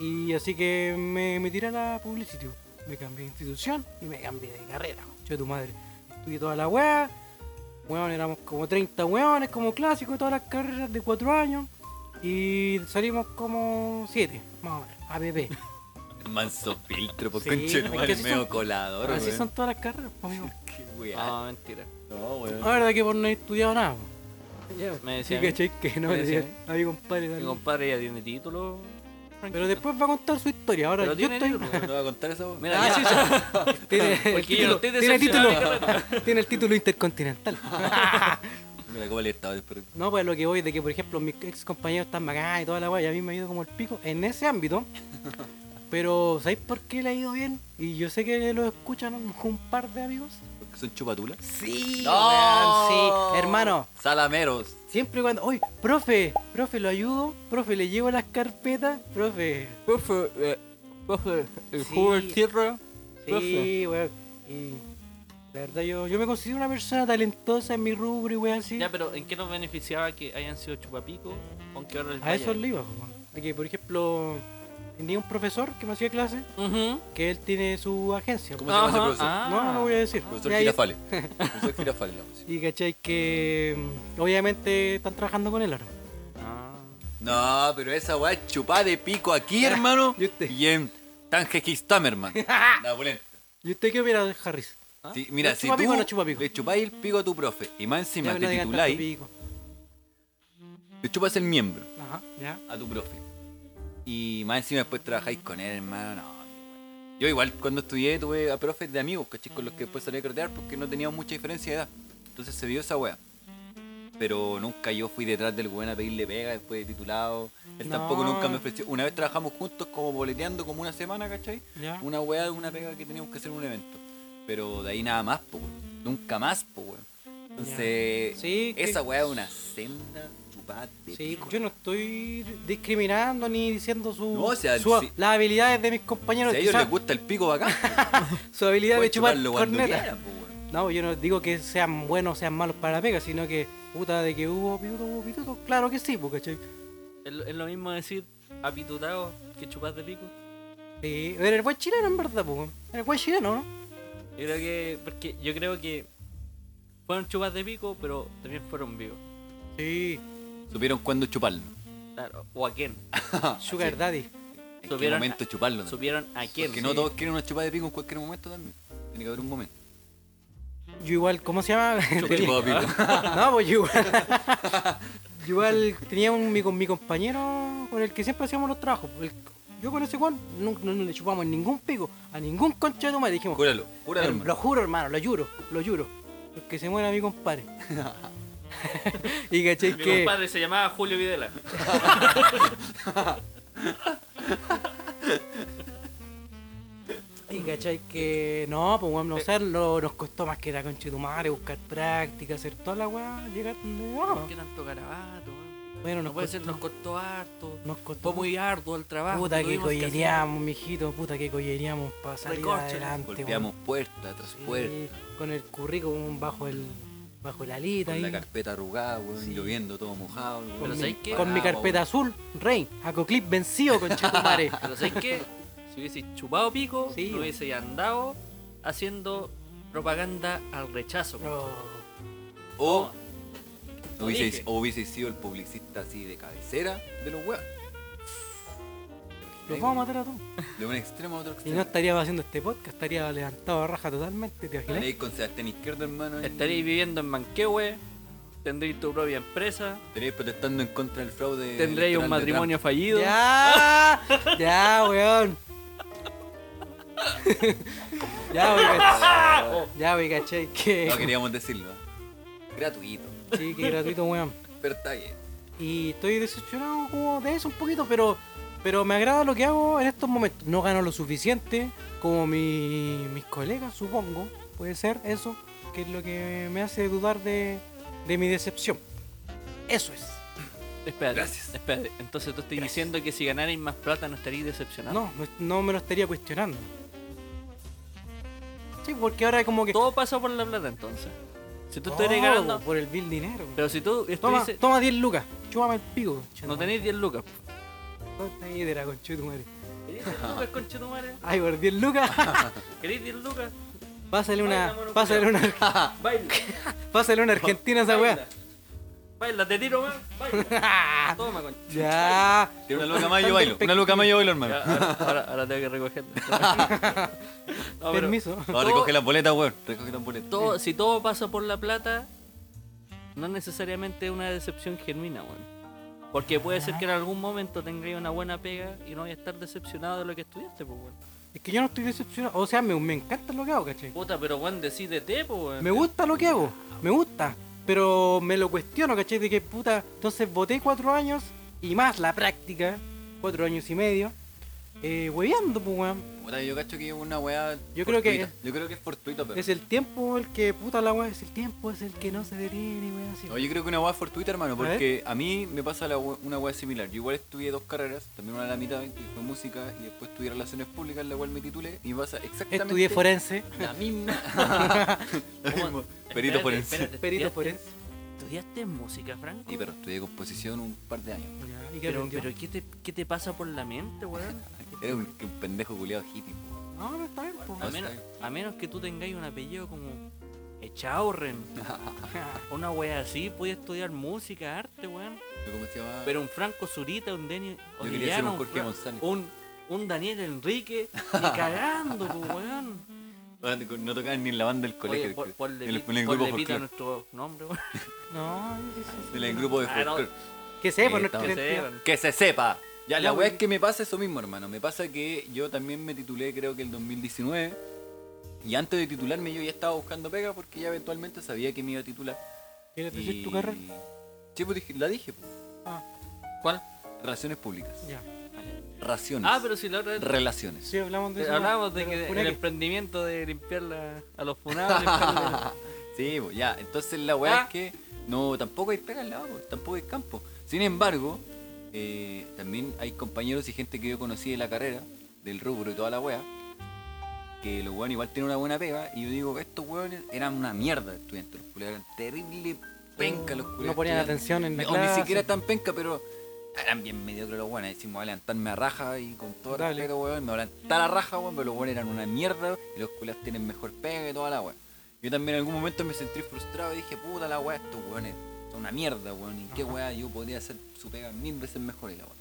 Y así que me, me tiré a la publicity. Me cambié de institución y me cambié de carrera. Yo tu madre. Estudié toda la weá. Weón, éramos como 30 weones, como clásico, todas las carreras de 4 años. Y salimos como 7, más o menos, APP.
Manso filtro, por
Sí,
conche,
es que
es
así
medio
son-
colador,
Así
weón. Ah,
son todas las carreras, pues, amigo.
Qué weá.
no, mentira.
No, weón.
La verdad que por no haber estudiado nada. pues. po.
Me
Sí,
decía. a mí.
cachai que no,
Me
le
decía,
digan, a mi compadre
Mi
dale.
compadre ya tiene título.
Pero después va a contar su historia. Ahora
Pero
yo
tiene
estoy. Ah,
libro.
¿No va a contar esa weón?
Mira, ya.
Tiene,
Porque
el
yo
título,
no estoy
tiene, título,
decepcionado de
tiene el título intercontinental.
Mira, cómo le estaba esperando.
No, pues a lo que voy, de que por ejemplo mis ex compañeros están bacán y toda la weá, y a mí me ha ido como el pico en ese ámbito. Pero, ¿sabéis por qué le ha ido bien? Y yo sé que lo escuchan un- un par de amigos.
¿Porque son chupatulas?
Sí,
¡No!
sí, hermano.
Salameros.
Siempre cuando, oye, profe, profe, lo ayudo, profe, le llevo las carpetas, profe,
Profe, eh, profe, el
Sí.
jugo del cierre.
Sí, weón. Y la verdad, yo, yo me considero una persona talentosa en mi rubro y weón así.
Ya, pero ¿en qué nos beneficiaba que hayan sido chupapicos? ¿Con qué ahora les
A
vaya?
eso le iba, weón. De que, por ejemplo, tenía un profesor que me hacía clase,
Ujú.
que él tiene su agencia.
¿Cómo
weón.
se llama ese
Ajá,
profesor?
ah.
No, no lo voy a decir.
Profesor
Y ahí-
Girafales. Profesor Girafales, la música.
Y cachai que mm, obviamente están trabajando con él ahora.
Ah.
No, pero esa weá es chupada de pico aquí, hermano.
¿Y usted? Ah.
Y en Tange Histamerman. La opulenta.
¿Y usted qué opina de Harris?
Sí, mira,
¿Le
si
chupa
tú
pico o no chupa pico?
le chupáis el pico a tu profe y más
Ya
encima
me
te
lo digan tanto
tituláis,
pico.
le chupas el miembro
Ajá, ya.
a tu profe. Y más encima después trabajáis con él, hermano. No, yo igual cuando estudié tuve a profes de amigos, ¿cachai? Con los que después salí a crotear porque no teníamos mucha diferencia de edad. Entonces se dio esa wea. Pero nunca yo fui detrás del weón a pedirle pega después de titulado. Él tampoco
No.
nunca me ofreció. Una vez trabajamos juntos como boleteando como una semana, ¿cachai?
Ya.
Una weá de una pega que teníamos que hacer en un evento. Pero de ahí nada más, pues. Nunca más, pues, weón. Entonces,
Sí, que-
esa weá es una senda patético.
Sí, yo no estoy discriminando ni diciendo su,
No, o sea,
su-
sí.
las habilidades de mis compañeros.
Si a ellos
quizás
les gusta el pico bacán, pues,
su habilidad de
pueden
chupar
chuparlo cuando
corneta.
quieran, po, weón.
No, yo no digo que sean buenos o sean malos para la pega, sino que puta de que hubo pituto, hubo pituto. Claro que sí, pues, ¿cachai?
Es, lo- es lo mismo decir apitutado que chupar de pico.
Sí, era el buen chileno en verdad, pues. Era el buen chileno, ¿no?
Yo creo que. Porque yo creo que. Fueron chupas de pico, pero también fueron vivos.
Sí.
Supieron cuándo chuparlo.
Claro. ¿O a quién?
Sugar Daddy.
En qué
Supieron-
momento chuparlo. también.
Supieron a quién.
Porque no
Sí.
todos quieren una chupada de pico en cualquier momento también. Tiene que haber un momento.
Yo igual, ¿cómo se llama?
Chupada de pico.
no, pues yo igual. yo igual tenía un, mi, con mi compañero con el que siempre hacíamos los trabajos. el- yo con ese Juan no, no- no le chupamos ningún pico, a ningún concha de tu madre. Dijimos,
Júralo, júralo,
"Pero
hermano.
lo juro, hermano, lo juro, lo juro. Porque se muera mi compadre. y caché
Mi
que.
compadre se llamaba Julio Videla.
Y cachai que no, pues weón, no usarlo nos costó más que la concha de tu madre, buscar práctica, hacer toda la weá, llegar. No,
¿Por qué tanto garabato, weón?
bueno,
No
nos
puede
costó,
ser, nos costó harto.
nos costó
Fue muy arduo el trabajo.
Puta que
tuvimos hacer-
colleríamos, mijito, puta que colleríamos para salir
Recorcho,
adelante,
Golpeamos puerta tras
weón.
puerta.
Sí, Con el currículum bajo el bajo la alita
Con la
ahí.
carpeta arrugada, weón, lloviendo todo mojado. weón.
Pero
Con, mi,
¿sabes qué?
con mi
Ah,
carpeta
weón.
azul, rey, a Coclip vencido con Chetumare.
Pero ¿sabes qué? Si hubiese chupado pico,
Sí.
no hubiese andado haciendo propaganda al rechazo. weón.
Pero
O
Lo
hubiese,
dije.
o hubiese sido el publicista así de cabecera de los weones.
Los vamos a matar a todos.
De un extremo a otro
Y no
extremo.
estaría haciendo este podcast, estaría levantado a raja totalmente, ¿te imaginas?
Tenéis con Sebastián Izquierdo, hermano. ahí.
Estaréis viviendo en Manquehue, tendréis tu propia empresa,
Estaréis protestando en contra del fraude.
tendréis un
electoral de
matrimonio fallido.
Ya, ya, weón. ya, wey, caché. Ya, wey, caché.
Trump. No
Que,
queríamos decirlo. ¿eh? Gratuito.
sí, que gratuito, weón.
Pero está bien.
Y estoy decepcionado como de eso un poquito, pero, pero me agrada lo que hago en estos momentos. No gano lo suficiente como mi- mis colegas, supongo. Puede ser eso, que es lo que me hace dudar de, de mi decepción. Eso es.
Espérate,
Gracias.
espérate. Entonces tú estás diciendo que si ganarais más plata no estaréis decepcionados.
No, no- no me lo estaría cuestionando. Sí, porque ahora como que...
Todo pasó por la plata entonces. Si tú
Oh,
estuvieras ganando,
Por el vil dinero.
pero si tú
Toma,
estuvieses,
toma 10 lucas. Chúpame el pico.
no tenéis 10 lucas.
Ahí de la conchetumare.
¿Queréis 10 lucas, conchetumare?
Ay, por 10 lucas.
¿Queréis 10 lucas?
pásale una.
Baila, mono
Pásale una.
Baila.
Pásale una argentina a esa
baila.
weá.
Baila, te tiro más. Baila. Toma, concha.
Ya.
Tiene una loca más yo bailo. Una loca más yo bailo, hermano.
Ya, Ahora, ahora- ahora tengo que recoger. No, Ah, pero
Permiso.
Ahora recoge las boletas, weón. Recoge las boletas.
todo- si todo pasa por la plata, no necesariamente es una decepción genuina, weón. Porque puede ser que en algún momento tengáis una buena pega y no vayas a estar decepcionado de lo que estudiaste, pues, weón.
Es que yo no estoy decepcionado. O sea, me, me encanta lo que hago, caché.
Puta, pero weón, decídete, pues, weón.
Me gusta lo que hago. Me gusta. Pero me lo cuestiono, caché. De que puta. Entonces voté 4 años y más la práctica. 4 años y medio. Eh, hueveando, pues weón.
Puta, yo cacho que es una weá.
Yo creo que-
fortuita. Yo creo que es fortuita, pero.
Es el tiempo el que puta la weá, es el tiempo, es el que no se detiene, weá. así.
No, yo creo que una weá fortuita, hermano,
ver.
porque a, mí me pasa la we- una weá similar. Yo igual estudié dos carreras, también una a la mitad, que fue música, y después estudié relaciones públicas, la cual me titulé, y me pasa exactamente
Estudié forense.
la misma. Lo mismo,
Espérate,
perito forense.
espérate,
Perito
¿estudiaste-
forense.
¿Estudiaste música, Franco?
Y pero estudié composición un par de años.
Ya, ¿y qué
pero,
aprendió?
pero ¿qué, te, ¿qué te pasa por la mente, weón?
Era un, un pendejo culiado hippie.
No, no está bien, pues, po.
A
No,
menos,
Ah, está bien.
a menos que tú tengáis un apellido como Echaurren, una wea así, podías estudiar música, arte, weón.
Yo, ¿Cómo se llamaba?
Pero un Franco Zurita, un Denny
quería
Orellana,
ser un Jorge
Fra-
González.
un, un Daniel Enrique, ni cagando, po, weón.
Bueno, No tocaban ni en la banda del colegio.
Oye, por,
en
ponle
el,
pi-
en el
ponle
grupo
pito a
folclore.
nuestro nombre, weón.
No, sí, sí, sí.
En el grupo de
Ah, no.
folclore.
Que sepa
Sí,
nuestra
estamos-
identidad.
Sepan.
Que se sepa. Ya,
Ya,
la
pues.
weá es que me pasa eso mismo, hermano. Me pasa que yo también me titulé creo que el 2019. Y antes de titularme yo ya estaba buscando pega porque ya eventualmente sabía que me iba a titular.
¿Quieres
Y-
decir tu carrera?
Sí, pues dije- la dije. pues.
Ah,
¿Cuál?
Relaciones públicas.
ya.
Raciones.
Ah, pero si la otra vez
Relaciones.
Sí, hablamos de
eh,
eso.
hablamos de
pero
que
fuera
el
que-
emprendimiento de limpiar la- a los funados, limpiarle-
Sí, pues ya. Entonces la weá
Ah.
es que no, tampoco hay pega al lado, pues, tampoco hay campo. Sin embargo, eh, también hay compañeros y gente que yo conocí de la carrera, del rubro y toda la wea, que los weones igual tienen una buena pega, y yo digo, estos weones eran una mierda de estudiantes, los culiados eran terrible penca los culiados.
No ponían
estudiantes.
atención en la
O ni
clase.
siquiera tan penca, pero eran bien mediocres los weones, decimos, voy a levantarme a raja y con todo
Dale.
respeto, weón, me voy a levantar a raja, weón, pero los weones eran una mierda, y los culiados tienen mejor pega y toda la wea. Yo también en algún momento me sentí frustrado y dije, puta la weá, estos weones son una mierda, weón. ¿Y qué weá? Yo podría hacer su pega mil veces mejor y la weá.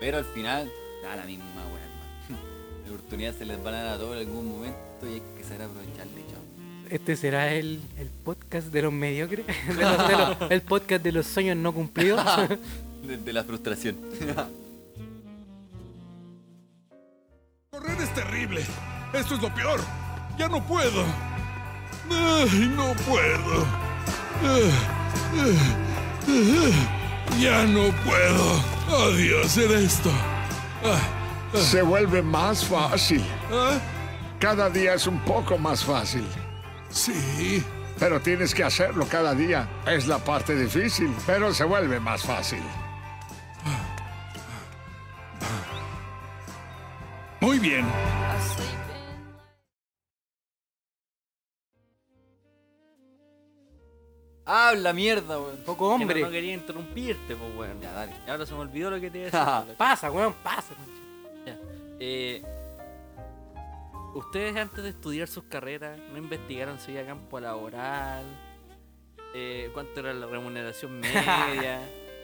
Pero al final, da la misma weá, hermano. La oportunidad se les va a dar a todos en algún momento y hay que saber aprovecharla y chao.
Este será el, el podcast de los mediocres. De los- de los- el podcast de los sueños no cumplidos.
De, de la frustración.
Correr es terrible. Esto es lo peor. Ya no puedo. Ay, no puedo. Ah, ah, ah. Ya no puedo. Odio hacer esto. Ah,
Se vuelve más fácil.
ah,
Cada día es un poco más fácil.
sí.
Pero tienes que hacerlo cada día. Es la parte difícil, pero se vuelve más fácil.
Muy bien.
¡Habla ¡Ah, mierda, weón!
Poco
Hombre. no
hombre.
quería interrumpirte, pues, weón.
Ya, dale.
Y ahora se me olvidó lo que te iba a decir.
Pasa, weón, pasa.
Ya. Eh, Ustedes antes de estudiar sus carreras no investigaron si había campo laboral, eh, cuánto era la remuneración media,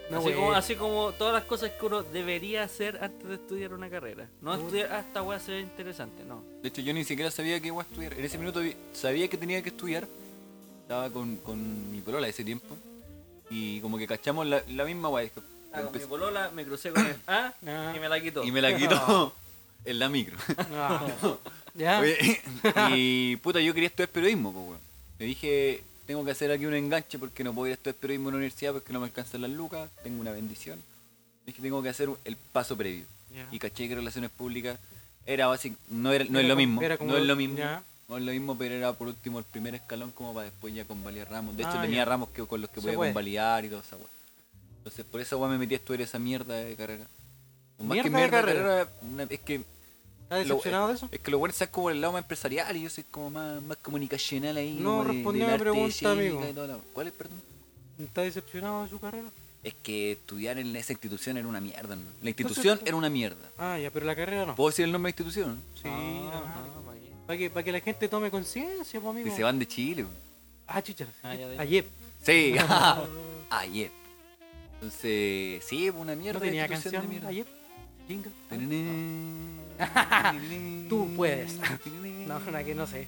No,
pues,
así, como,
eh.
wey.
así como todas las cosas que uno debería hacer antes de estudiar una carrera. No estudiar, ah, esta weá se ve interesante, no.
De hecho, yo ni siquiera sabía que iba a estudiar. En ese minuto vi- sabía que tenía que estudiar. Estaba con, con mi polola ese tiempo. Y como que cachamos la, la misma weá. Dije,
Ah, con mi
empecé-
polola me crucé con el A
Ah.
y me la quitó.
Y me la quitó en la micro.
Ah. ¿Ya?
Oye, y puta, yo quería estudiar periodismo, pues, weón. Le dije, tengo que hacer aquí un enganche porque no puedo ir a estudiar periodismo en la universidad porque no me alcanzan las lucas, tengo una bendición. Le dije, tengo que hacer el paso previo.
Ya.
Y caché que relaciones públicas era básico, no, era, no
Era
es lo
como-
mismo,
era como-
no es lo mismo.
ya.
No es lo mismo, pero era por último el primer escalón como para después ya convalidar ramos. De hecho,
Ah,
tenía
ya.
ramos que, con los que
Se
podía
puede.
convalidar y toda esa weá. Entonces, por esa weá me metí a estudiar esa mierda de carrera. O Más que
Mierda de
mierda de
carrera.
carrera, una- es que
¿Estás
lo-
decepcionado
eh,
de eso?
Es que los buenos están como por el lado más empresarial y yo soy como más, más comunicacional ahí.
No
como de- del
respondió a mi
arte
pregunta,
escénica
amigo.
y toda la- ¿Cuál es, perdón?
¿Estás decepcionado de su carrera?
Es que estudiar en esa institución era una mierda, ¿no? La institución era una mierda.
Ah, ya, pero la carrera no.
¿Puedo decir el nombre de la institución? no?
Ah,
Sí, ajá. Para que, para que la gente tome conciencia, pues, amigo.
Y se van de Chile. weón.
Ah, chucha.
Ah, ya, de-
Ayer.
Sí, ayer. Entonces, sí, fue una mierda.
¿No tenía
institución de
canción
mierda.
ayer? Jingle.
Tararán.
Tú puedes. No, una que no sé.
Mm.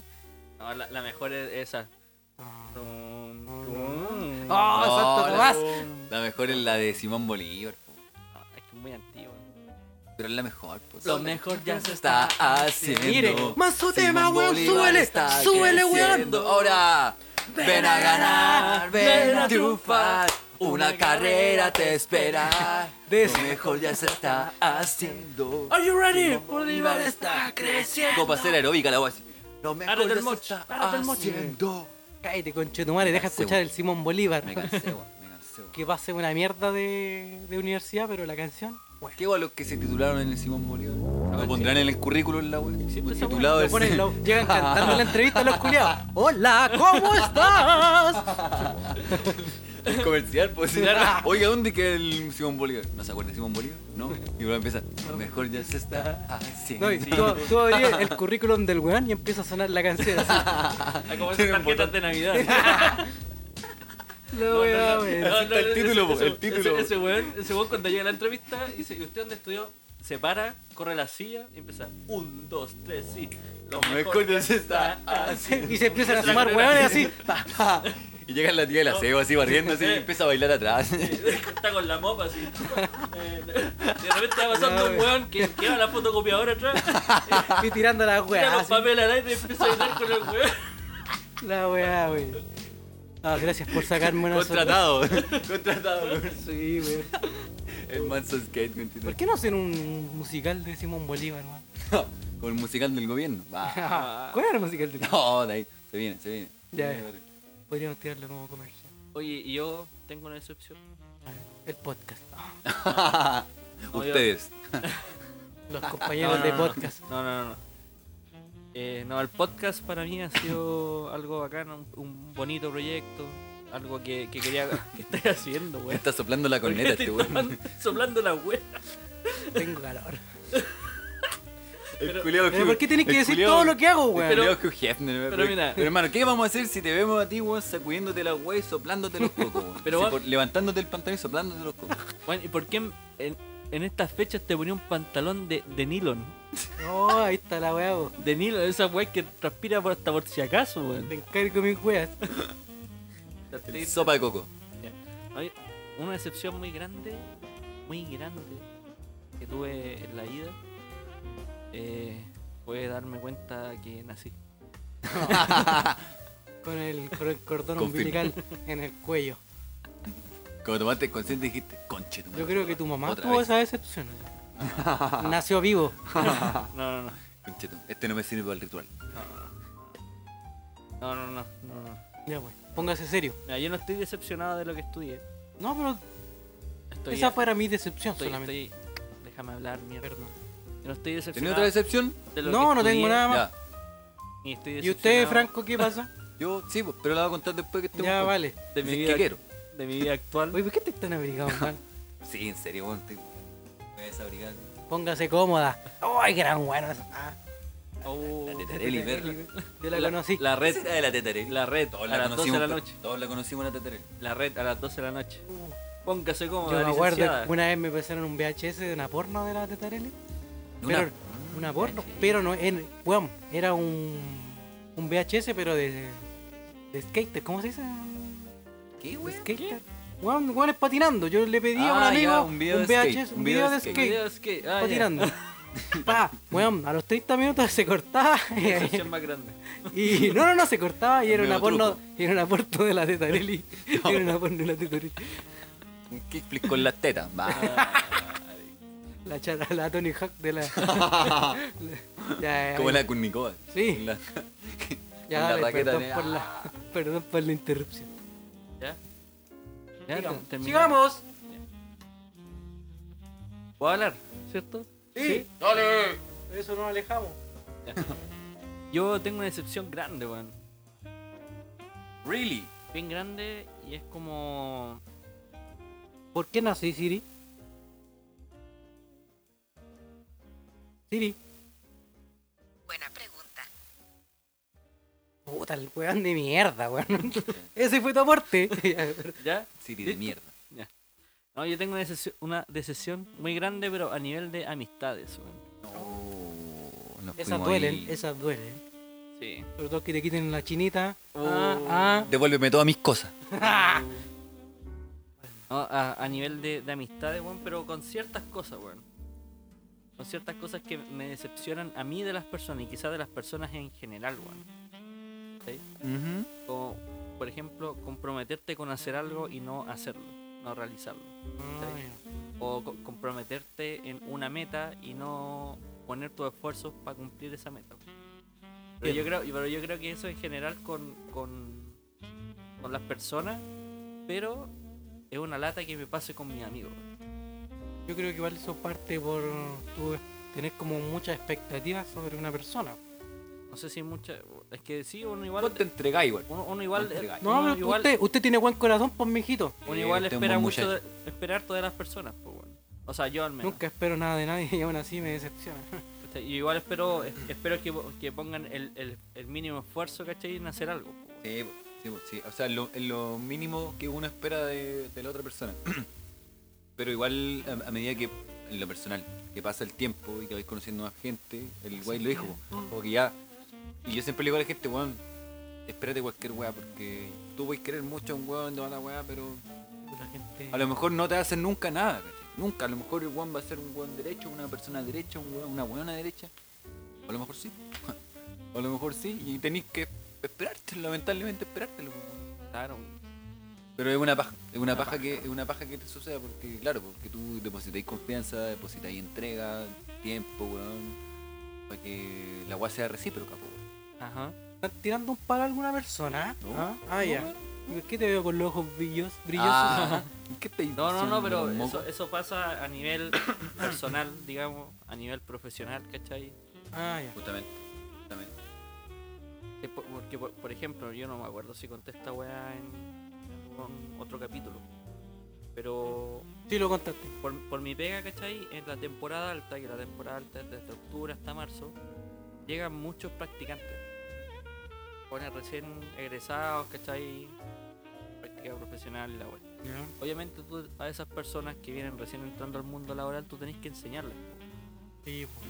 No, la, la mejor es esa. Ah,
Ah.
Tum,
Oh,
tum.
Santo
la,
Tomás.
la mejor es la de Simón Bolívar. po.
Ah, es que es muy antiguo.
Pero es la mejor. Pues.
Lo mejor ya se
está
está
haciendo.
Mire, más su
Simón
tema, weón,
Bolívar
súbele,
está
súbele, weón.
creciendo. Ahora, ven a ganar, ven a triunfar. Una carrera te espera.
De-
Lo mejor ya se está haciendo.
Are you ready?
Simón Bolívar está creciendo. Como para hacer aeróbica la voz. Lo mejor
Párate
ya
el
se
mocho,
está
párate el mocho.
haciendo.
Cállate, conchetumare, deja
Cansé,
escuchar
weón.
el Simón Bolívar.
Me cansé, weón, me cansé. weón.
Que pase una mierda de, de universidad, pero la canción. Bueno.
¿Qué va los que se titularon en el Simón Bolívar? Lo pondrán en el currículum, la wea. pues, Titulado
Lo
del-
ponen, lo- llegan cantando en la entrevista a los culiados. Hola, ¿cómo estás?
El comercial, pues.
Ah.
Oiga, ¿dónde queda el Simón Bolívar? ¿No se acuerda de Simón Bolívar? ¿No? Y luego empieza, lo mejor ya se está haciendo.
No, y tú, tú abrí el currículum del weón y empieza a sonar la canción. así.
Ah, como esas tarjetas de Navidad.
La weá, weón.
está el título, po, el
ese-
título.
Ese, ese weón, ese weón cuando llega a la entrevista dice, ¿y usted dónde estudió? Se para, corre a la silla y empieza, un, dos, tres, sí.
Lo mejor ya se está haciendo.
Y se empiezan a sumar weones así. Pa, pa.
Y llega la tía del aseo así barriendo así y empieza a bailar atrás.
Está con la mopa así. Eh, De repente va pasando un weón que lleva la fotocopiadora atrás,
Y tirando la
tira
weá.
los
así.
papeles al aire y empieza a bailar con el weón.
La weá, weón. Ah, gracias por sacarme una sorpresa.
Contratado. Contratado.
Sí, weón.
El manso skate
¿Por qué no hacen un musical de Simón Bolívar, weón?
Con el musical del gobierno. Va.
¿Cuál era el musical del
No, de ahí. Se viene, se viene.
Ya, ya. Podríamos tirarlo como comercial.
Oye, y yo tengo una decepción.
El podcast.
Ustedes.
Los compañeros de podcast.
Ah, No, no, no. no. Eh, no, el podcast para mí ha sido algo bacano, un, un bonito proyecto, algo que, que quería... ¿Qué estás haciendo,
Me
weón?
está soplando la corneta
¿Por qué
este
estoy
weón.
tomando- soplando la wea.
Tengo calor.
El culiao
Pero ¿por qué tienes que
el
decir
culiao-
todo lo que hago, weón?
el culiao Hugh Hefner, weón.
pero mira.
hermano, ¿qué vamos a hacer si te vemos a ti, weón, sacudiéndote la weón y soplándote los cocos, weón?
Pero
Sí,
va-
por- levantándote el pantalón y soplándote los cocos.
Bueno, ¿y por qué en, en- en estas fechas te ponía un pantalón de, de nylon?
No, ahí está la weá, po.
De nylon, esa weá que transpira por hasta por si acaso,
Te
weón.
encargo mis weas.
El sopa de coco.
Hay Una decepción muy grande, muy grande que tuve en la vida eh, fue darme cuenta que nací.
Con el, con el cordón
Confirmo.
umbilical en el cuello.
Cuando tomaste consciente dijiste, conche, tu
Yo
madre".
creo que tu mamá
Otra
tuvo
vez.
esa decepción. Nació vivo. Ah.
No, no, no.
Conche tu- Este no me sirve para el ritual.
No, no, no, no, no.
Ya, pues. Póngase serio.
Mira, yo no estoy decepcionado de lo que estudié.
No, pero
Estoy,
esa para mi decepción
estoy-
solamente.
estoy- déjame hablar, mierda.
Perdón.
Yo no estoy
¿Tenía
decepcionado.
otra decepción?
de lo
No,
que
no tengo
estudié,
nada más.
Ya.
ni estoy
¿Y usted,
decepcionado
Franco, qué pasa?
Yo sí, pues, pero la voy a contar después que estemos.
ya,
con-
vale.
De mi
Si es
vida,
que quiero.
de mi vida actual.
Oye, ¿por qué te están abrigado, man?
Sí, en serio, weón. te- Me voy a desabrigar.
Póngase cómoda. ¡Ay, gran buena!
Oh,
La tetarelli, verla.
yo la, conocí.
La red,
Esa de la tetarelli.
la red,
Todos
a
la
las 12 de
conocimos.
la noche.
Todos la conocimos en la tetarelli.
La red a las 12 de la noche. Póngase
Uh. Yo
cómoda,
me acuerdo,
licenciada.
que una vez me pasaron un VHS de una porno de la Tetarelli.
Una-
Pero, una porno, pero no, en, weón, era un, un VHS, pero de, de skater, ¿cómo se dice?
¿Qué,
De
weón?
skater. Weón, weón es patinando, yo le pedí a un
Ah,
amigo
ya,
un, VHS, un video de skate,
Videos que- ah, ya.
patinando. Pa, weón, a los 30 minutos se cortaba
Decepción más grande.
y no, no, no, se cortaba y era
Medio
una porno,
truco.
y era una porno de la Tetarelli, era una porno de la Tetarelli.
Un kickflip con las tetas. Va.
La chara, la Tony Hawk de la. ya, ya,
Como
ya.
la Kurnikova.
Sí.
Con la-
Ya,
con
dale,
raqueta
perdón,
de-
por la, perdón por la interrupción.
¿Ya? Ya,
Sigamos.
terminé.
Sigamos.
Puedo hablar, ¿cierto?
Sí. Dale. Eso nos alejamos.
Yo tengo una decepción grande, weón.
Really?
Bien grande y es como.
¿Por qué nací Siri? Siri.
Buena pregunta.
Puta, el weón de mierda, weón. Ese fue tu aporte.
¿Ya?
Sí, de mierda.
No, yo tengo una decepción, una decepción muy grande, pero a nivel de amistades, weón.
No. Oh, Nos
esas
fuimos
duelen,
ahí.
esas duelen.
Sí.
Sobre todo que te quiten la chinita. Ah, ah.
Devuélveme todas mis cosas.
No, a, a nivel de, de amistades, weón, pero con ciertas cosas, weón. Con ciertas cosas que me decepcionan a mí de las personas y quizás de las personas en general, weón. ¿Sí? Como, por ejemplo, comprometerte con hacer algo y no hacerlo, no realizarlo. O co- comprometerte en una meta y no poner tus esfuerzos para cumplir esa meta. weón. Pero yo, creo, pero yo creo que eso en general con, con, con las personas, pero es una lata que me pase con mis amigos.
Yo creo que igual eso parte por tu tener como muchas expectativas sobre una persona.
No sé si hay mucha. Es que sí, uno igual.
¿Cuánto te entregás igual?
Uno, uno igual. eh,
te regañes.
No,
uno
pero
igual,
usted, usted tiene buen corazón, pues mijito.
uno
Eh,
igual
usted es un
espera
buen
mucho. de- esperar todas las personas, pues, bueno. O sea, yo al menos.
Nunca espero nada de nadie y aún así me decepciona.
¿cachai? Y igual espero es- espero que, que pongan el, el, el mínimo esfuerzo, ¿cachai? En hacer algo. pues, bueno.
Sí, po, sí, po, sí. O sea, lo, es lo mínimo que uno espera de, de la otra persona. Pero igual, a, a medida que, en lo personal, que pasa el tiempo y que vais conociendo más gente, el güey lo dijo, po, como que ya. Y yo siempre le digo a la gente, weón, espérate cualquier weá, porque tú vais a querer mucho a un weón, no a la weá, pero
La gente...
a lo mejor no te hacen nunca nada, ¿cachai? Nunca, a lo mejor el weón va a ser un weón derecho, una persona derecha, un weón, una weona derecha. O a lo mejor sí. O a lo mejor sí. Y tenéis que esperarte, lamentablemente esperártelo, po, weón.
Claro.
Pero es una paja, es una paja que, es una paja que te suceda porque, claro, porque tú depositáis confianza, depositáis entrega, tiempo, weón, para que la weá sea recíproca, po, weón.
Ajá.
¿Están tirando un palo a alguna persona?
No.
Ah, ah, ya. ¿Por qué te veo con los ojos brillos- brillosos?
Ah, ¿qué te
No, no, no, pero
moco?
eso, eso pasa a nivel personal, digamos, a nivel profesional, ¿cachai?
Ah, ya.
Justamente. justamente.
Que por- Porque, por, por ejemplo, yo no me acuerdo si conté esta weá en algún otro capítulo. Pero
Sí, lo contaste.
por, por mi pega, ¿cachai? En la temporada alta, que la temporada alta es desde octubre hasta marzo, llegan muchos practicantes. Ponen recién egresados, ¿cachai? Práctica profesional y la web. Obviamente tú a esas personas que vienen recién entrando al mundo laboral, tú tenés que enseñarles.
Sí, po.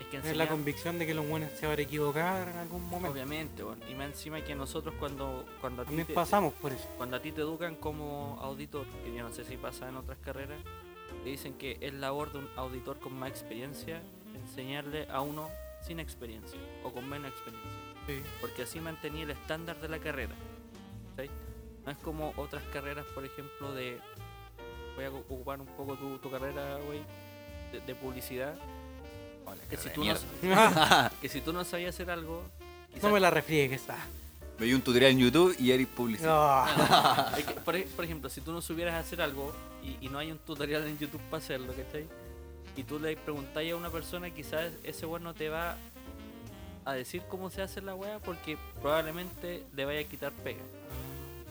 Es que
Es
enseñar,
la convicción de que los buenos se van a equivocar en algún momento.
obviamente, weón. y más encima que nosotros cuando, cuando a ti
También
te-
pasamos por eso.
cuando a ti te educan como auditor, que yo no sé si pasa en otras carreras, te dicen que es labor de un auditor con más experiencia enseñarle a uno sin experiencia o con menos experiencia.
Sí.
Porque así mantenía el estándar de la carrera. ¿cachai? No es como otras carreras, por ejemplo, de... Voy a ocupar un poco tu, tu carrera, güey, de, de publicidad.
Hola,
Que
cara
si,
de
tú no,
mierda.
que si tú no sabías hacer algo...
Ah, No
quizás-
me la refriegues. ah.
Veí un tutorial en YouTube y eres publicista.
No.
Es que, por, e- por ejemplo, si tú no supieras hacer algo y, y no hay un tutorial en YouTube para hacerlo, ¿cachai? Y tú le preguntáis a una persona, quizás ese weón no te va a decir cómo se hace la weá porque probablemente le vaya a quitar pega,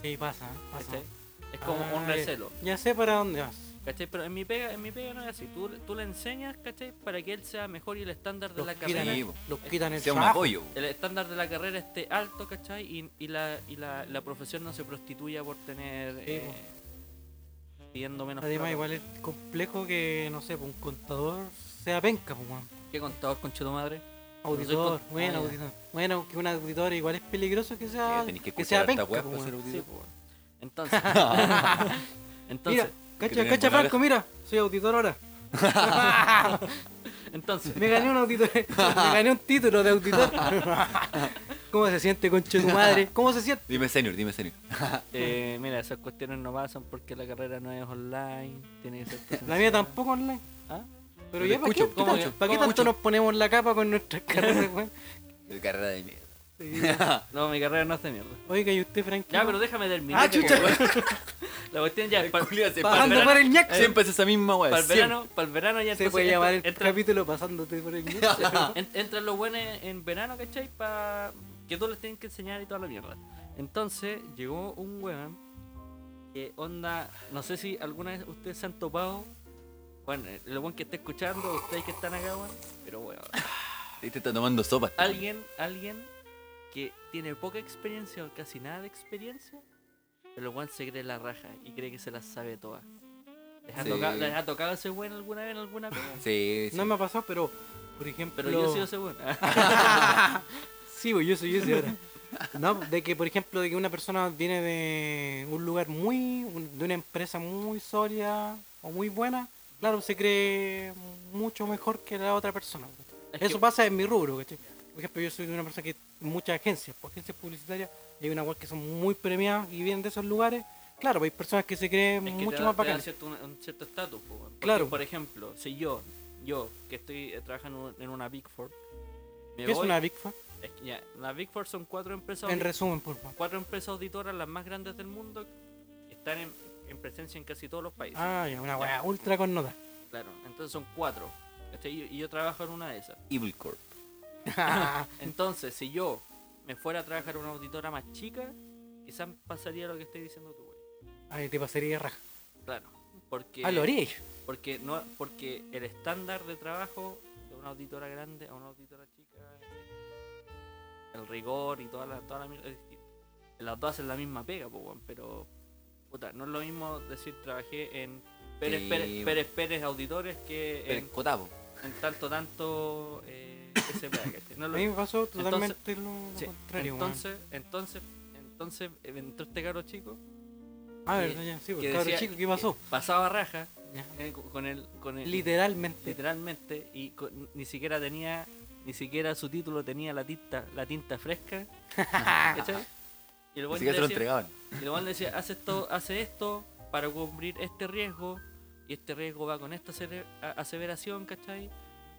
Sí, pasa, ¿eh? pasa.
¿cachai? Es Este, como
Ah,
un recelo,
Ya sé para dónde vas.
¿cachai? Pero en mi pega, en mi pega no es así. Tú, tú le enseñas, ¿cachai? Para que él sea mejor y el estándar de
Los
la
quitan,
carrera. Este
Sí, po.
los quitan el
Sea un
trabajo.
apoyo.
El estándar de la carrera esté alto, ¿cachai? Y, y la, y la, la profesión no se prostituya por tener. eh, pidiendo menos
Además,
plata.
igual es complejo que, no sé, pues, un contador sea penca, pues, weón.
¿Qué contador, conche tu madre?
Auditor,
con-
bueno,
ah, ya.
auditor. Bueno, que un auditor igual es peligroso que sea,
Sí, tenés que
que
escuchar
sea
harta
penca,
weá para
pues, weón.
ser auditor.
Sí, pues, bueno. Entonces.
Mira,
entonces,
cacha,
tenés
cacha,
buena
Franco, mira, soy auditor ahora.
entonces.
Me gané un auditor, me gané un título de auditor. ¿Cómo se siente, concha de tu madre? ¿Cómo se siente?
Dime senior, dime senior.
eh, mira, esas cuestiones no pasan porque la carrera no es online. Tiene que ser presencial.
La mía tampoco online.
¿Ah?
Pero
Te
ya, ¿para qué,
escucho,
¿cómo
¿para
que-
qué tanto
cómo escucho?
nos ponemos la capa con nuestras carreras, weón?
De carrera de mierda.
No, mi carrera no es de mierda.
Oiga, ¿y usted, Franco?
Ya, pero déjame terminar.
Ah, chucha.
pues, bueno. La cuestión ya. Para
Julio se
Pasando
pasa.
por el ñac.
Siempre es esa misma weá.
el
siempre.
verano, para el verano ya
Se
entonces
puede
entra-
llamar el
entra-
capítulo pasándote por el ñac.
Ah, En- entran los buenos en verano, ¿cachai? Pa... Que todos les tienen que enseñar y toda la mierda. Entonces llegó un weón que onda, no sé si alguna vez ustedes se han topado. Bueno, el weón que está escuchando, ustedes que están acá, weón. Pero weón,
Ahí te está tomando sopa.
alguien, alguien que tiene poca experiencia o casi nada de experiencia, pero el weón se cree la raja y cree que se las sabe todas. ¿Les, ha
Sí.
tocado, ¿Les ha tocado ese weón alguna vez en alguna pega?
Sí, sí.
No me ha pasado, pero, por ejemplo...
Pero yo he sido ese weón.
Sí, pues yo soy yo soy ahora. No, de que por ejemplo de que una persona viene de un lugar muy, un- de una empresa muy sólida o muy buena, claro, se cree mucho mejor que la otra persona.
Es
Eso
que-
pasa en mi rubro, ¿cachai? Por ejemplo, yo soy de una persona que muchas agencias, pues, agencias publicitarias, y hay una web que son muy premiadas y vienen de esos lugares. Claro, pues, hay personas que se creen
Es que
mucho
te da-
más
te da
bacanas.
cierto- un, un cierto estatus. po, weón. Porque,
Claro.
Por ejemplo, si yo, yo que estoy eh, trabajando en una Big Four, me
¿Qué es
voy-
una Big Four?
es que ya, las Big Four son cuatro empresas,
En
audi-
resumen, por favor.
cuatro empresas auditoras las más grandes del mundo, que están en, en presencia en casi todos los países.
Ah, ya, una weá ultra con nota.
Claro, entonces son cuatro. ¿cachai? Y, y yo trabajo en una de esas.
Evil Corp.
Eh,
Entonces, si yo me fuera a trabajar en una auditora más chica, quizás pasaría lo que estoy diciendo tú, güey.
Ay, te pasaría raja. Ah,
Claro, porque...
A la orilla.
Porque no porque el estándar de trabajo de una auditora grande a una auditora chica, el rigor y toda la, toda la mierda es distinto. Las dos hacen la misma pega, po, weón, pero puta, no es lo mismo decir trabajé en Pérez
Sí,
Pérez,
weón.
Pérez, Pérez Auditores que
Pero
en,
en Cotapo.
en tanto tanto eh, SPA, ¿cachai? No
A
es lo
mí me
mismo.
pasó
Entonces-
totalmente lo, lo
Sí,
contrario, weón.
Entonces, entonces, entonces eh, entró este caro chico
Ah,
que-
verdad, ya, sí,
que
porque cabrón
decía-
chico, ¿qué
que
pasó?
pasaba raja
Ya.
eh, con el con el
Literalmente.
literalmente y co- ni siquiera tenía ni siquiera su título tenía la tinta la tinta fresca ¿cachai? y el
Así
buen
que
le
se lo
decía,
entregaban.
y el buen le decía, hace esto hace esto para cumplir este riesgo y este riesgo va con esta asevera- a- aseveración ¿cachai?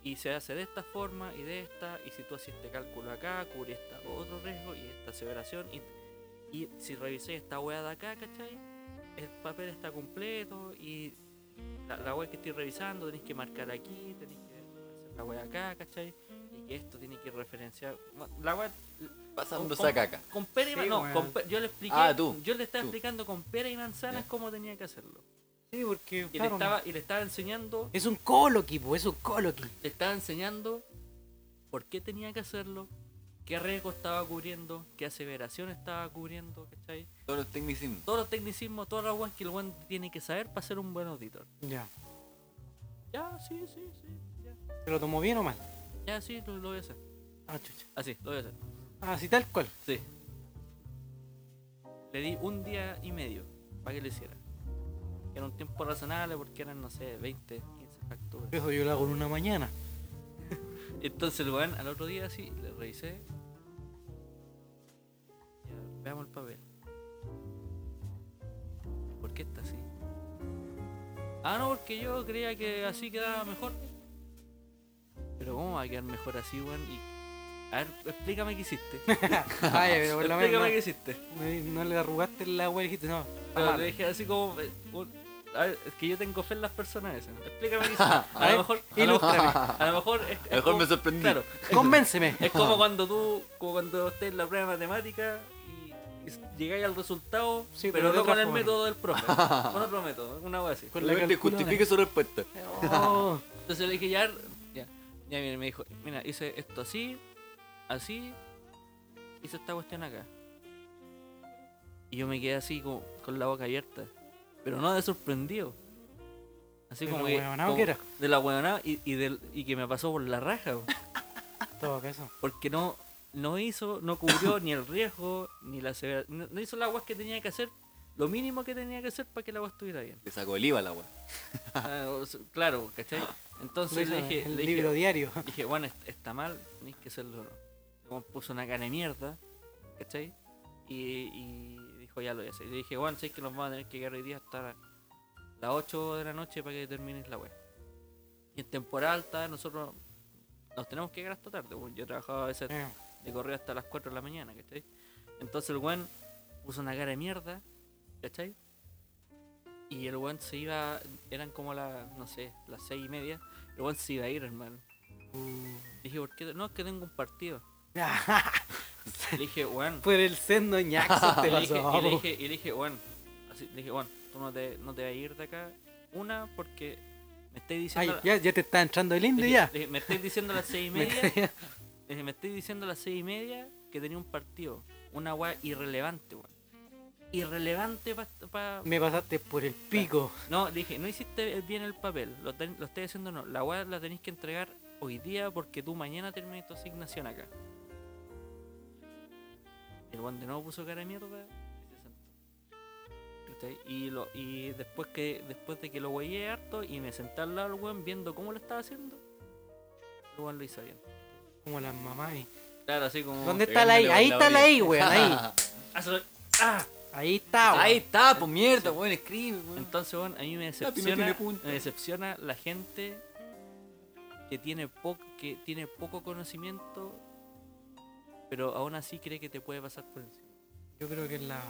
y se hace de esta forma este y de esta y si tú haces este cálculo acá cubre esta otro riesgo y esta aseveración y Y si revisáis esta weá de acá, ¿cachai? El papel está completo y la, la weá que estoy revisando tenéis que marcar aquí, tenéis que hacer la weá acá, ¿cachai? Y que esto tiene que referenciar. Bueno, La weá.
Pasando
con-
saca acá.
Con pera y
Sí,
man- no,
weón.
con pe- yo le expliqué.
Ah, tú,
Yo le estaba
tú.
explicando con pera y manzanas
Ya.
cómo tenía que hacerlo.
Sí, porque
Y,
claro,
le estaba, y le estaba enseñando
es un coloqui, po, es un coloqui.
le estaba enseñando por qué tenía que hacerlo, qué riesgo estaba cubriendo, qué aseveración estaba cubriendo, ¿cachai?
Todos los tecnicismos.
Todos los tecnicismos, todas las weas que el buen tiene que saber para ser un buen auditor.
Ya.
Ya, sí, sí, sí, ya,
¿Se lo tomó bien o mal?
ya sí, lo, lo voy a hacer.
Ah, chucha.
Así, lo voy a hacer.
Ah, sí, tal cual.
Sí. Le di un día y medio para que lo hiciera. Era un tiempo razonable porque eran, no sé, 20, 15 facturas.
Eso yo lo hago en una mañana.
Entonces el weón al otro día sí, le revisé. Ya, veamos el papel. ¿Por qué está así? Ah, no, porque yo creía que así quedaba mejor. Pero ¿cómo va a quedar mejor así, weón? Y... A ver, explícame qué hiciste.
Vaya, Ah, pero Eh, por lo
Ah, explícame
menos no,
qué hiciste.
no- no le arrugaste la wea y dijiste, no. está
Pero
mal.
le dije así como... eh, un- a ver, es que yo tengo fe en las personas esas. Explícame qué hiciste. A
ver,
lo mejor... A lo,
ilústrame.
a lo mejor... es- es
A lo mejor
como-
me sorprendí.
Claro,
Convénceme.
es como cuando tú, como cuando estés en la prueba de matemática y, y llegáis al resultado,
Sí, pero
pero,
de
no
otra
con el
forma.
método del profe. Con otro método, una cosa así.
Con la
Realmente
calculadora.
justifique su respuesta.
Oh,
Entonces le dije, ya, ya, ya, mira, me dijo, mira, hice esto así, así, hice esta cuestión acá. Y yo me quedé así como con la boca abierta, pero no de sorprendido. Así
De
como
lo
que,
huevonao
como-
que era.
de la huevonao y, y, del- y que me pasó por la raja. po.
todo caso.
porque no, no hizo, no cubrió ni el riesgo, ni la severa- no, no hizo las aguas que tenía que hacer, lo mínimo que tenía que hacer para que la agua estuviera bien.
Le sacó el IVA la weá.
Ah, o sea, claro, ¿cachai?
Lo
Entonces
hizo
le dije,
el
le
libro
dije,
diario.
dije, bueno, est- está mal, tenéis que hacerlo. Le pon- puso una cara de mierda, ¿cachai? Y, y dijo, ya lo voy a hacer. Y le dije, bueno, sé que nos vamos a tener que quedar hoy día hasta las 8 de la noche para que termines la web. Y en temporada alta nosotros nos tenemos que quedar hasta tarde. bueno, Yo trabajaba a veces
Eh,
de correo hasta las 4 de la mañana, ¿cachai? Entonces el weón puso una cara de mierda, ¿cachai? Y el weón se iba, eran como las, no sé, las 6 y media, el weón se iba a ir, hermano.
Uh.
Dije, ¿por qué? te- No, es que tengo un partido. Le dije, weón.
Por el sendo ñaxo te
y, le dije,
pasó.
y le dije, y le dije, weón, así, le dije, weón, tú no te, no te vas a ir de acá. Una, porque me estáis
Ay,
diciendo...
ya, ya te está entrando el
le
indio
dije-
ya.
le dije, me estáis diciendo a las 6 y media le dije, me estoy diciendo a las seis y media que tenía un partido. Una weá irrelevante, weón. Irrelevante para...
Me pasaste por el pico.
No, le dije, no hiciste bien el papel. Lo, ten- lo estoy haciendo no. La weá la tenéis que entregar hoy día porque tú mañana terminas tu asignación acá. El weón de nuevo puso cara de mierda y se sentó. ¿Cachai? Y, lo, y después que después de que lo huellé harto y me senté al lado del weón viendo cómo lo estaba haciendo, el weón lo hizo bien.
Como las mamás. ahí.
Claro, así como...
¿Dónde está la I?
pegándole
Ahí
con la
está la
orilla.
I, weón. Ahí.
Hazlo- ¡Ah!
Ahí está, weón.
Ahí está, pues mierda, weón, escribe, weón.
Entonces, bueno, a mí
Ah,
me
no tiene
decepciona,
punta.
me decepciona la gente que tiene, po- que tiene poco conocimiento, pero aún así cree que te puede pasar por encima.
Yo creo que es la,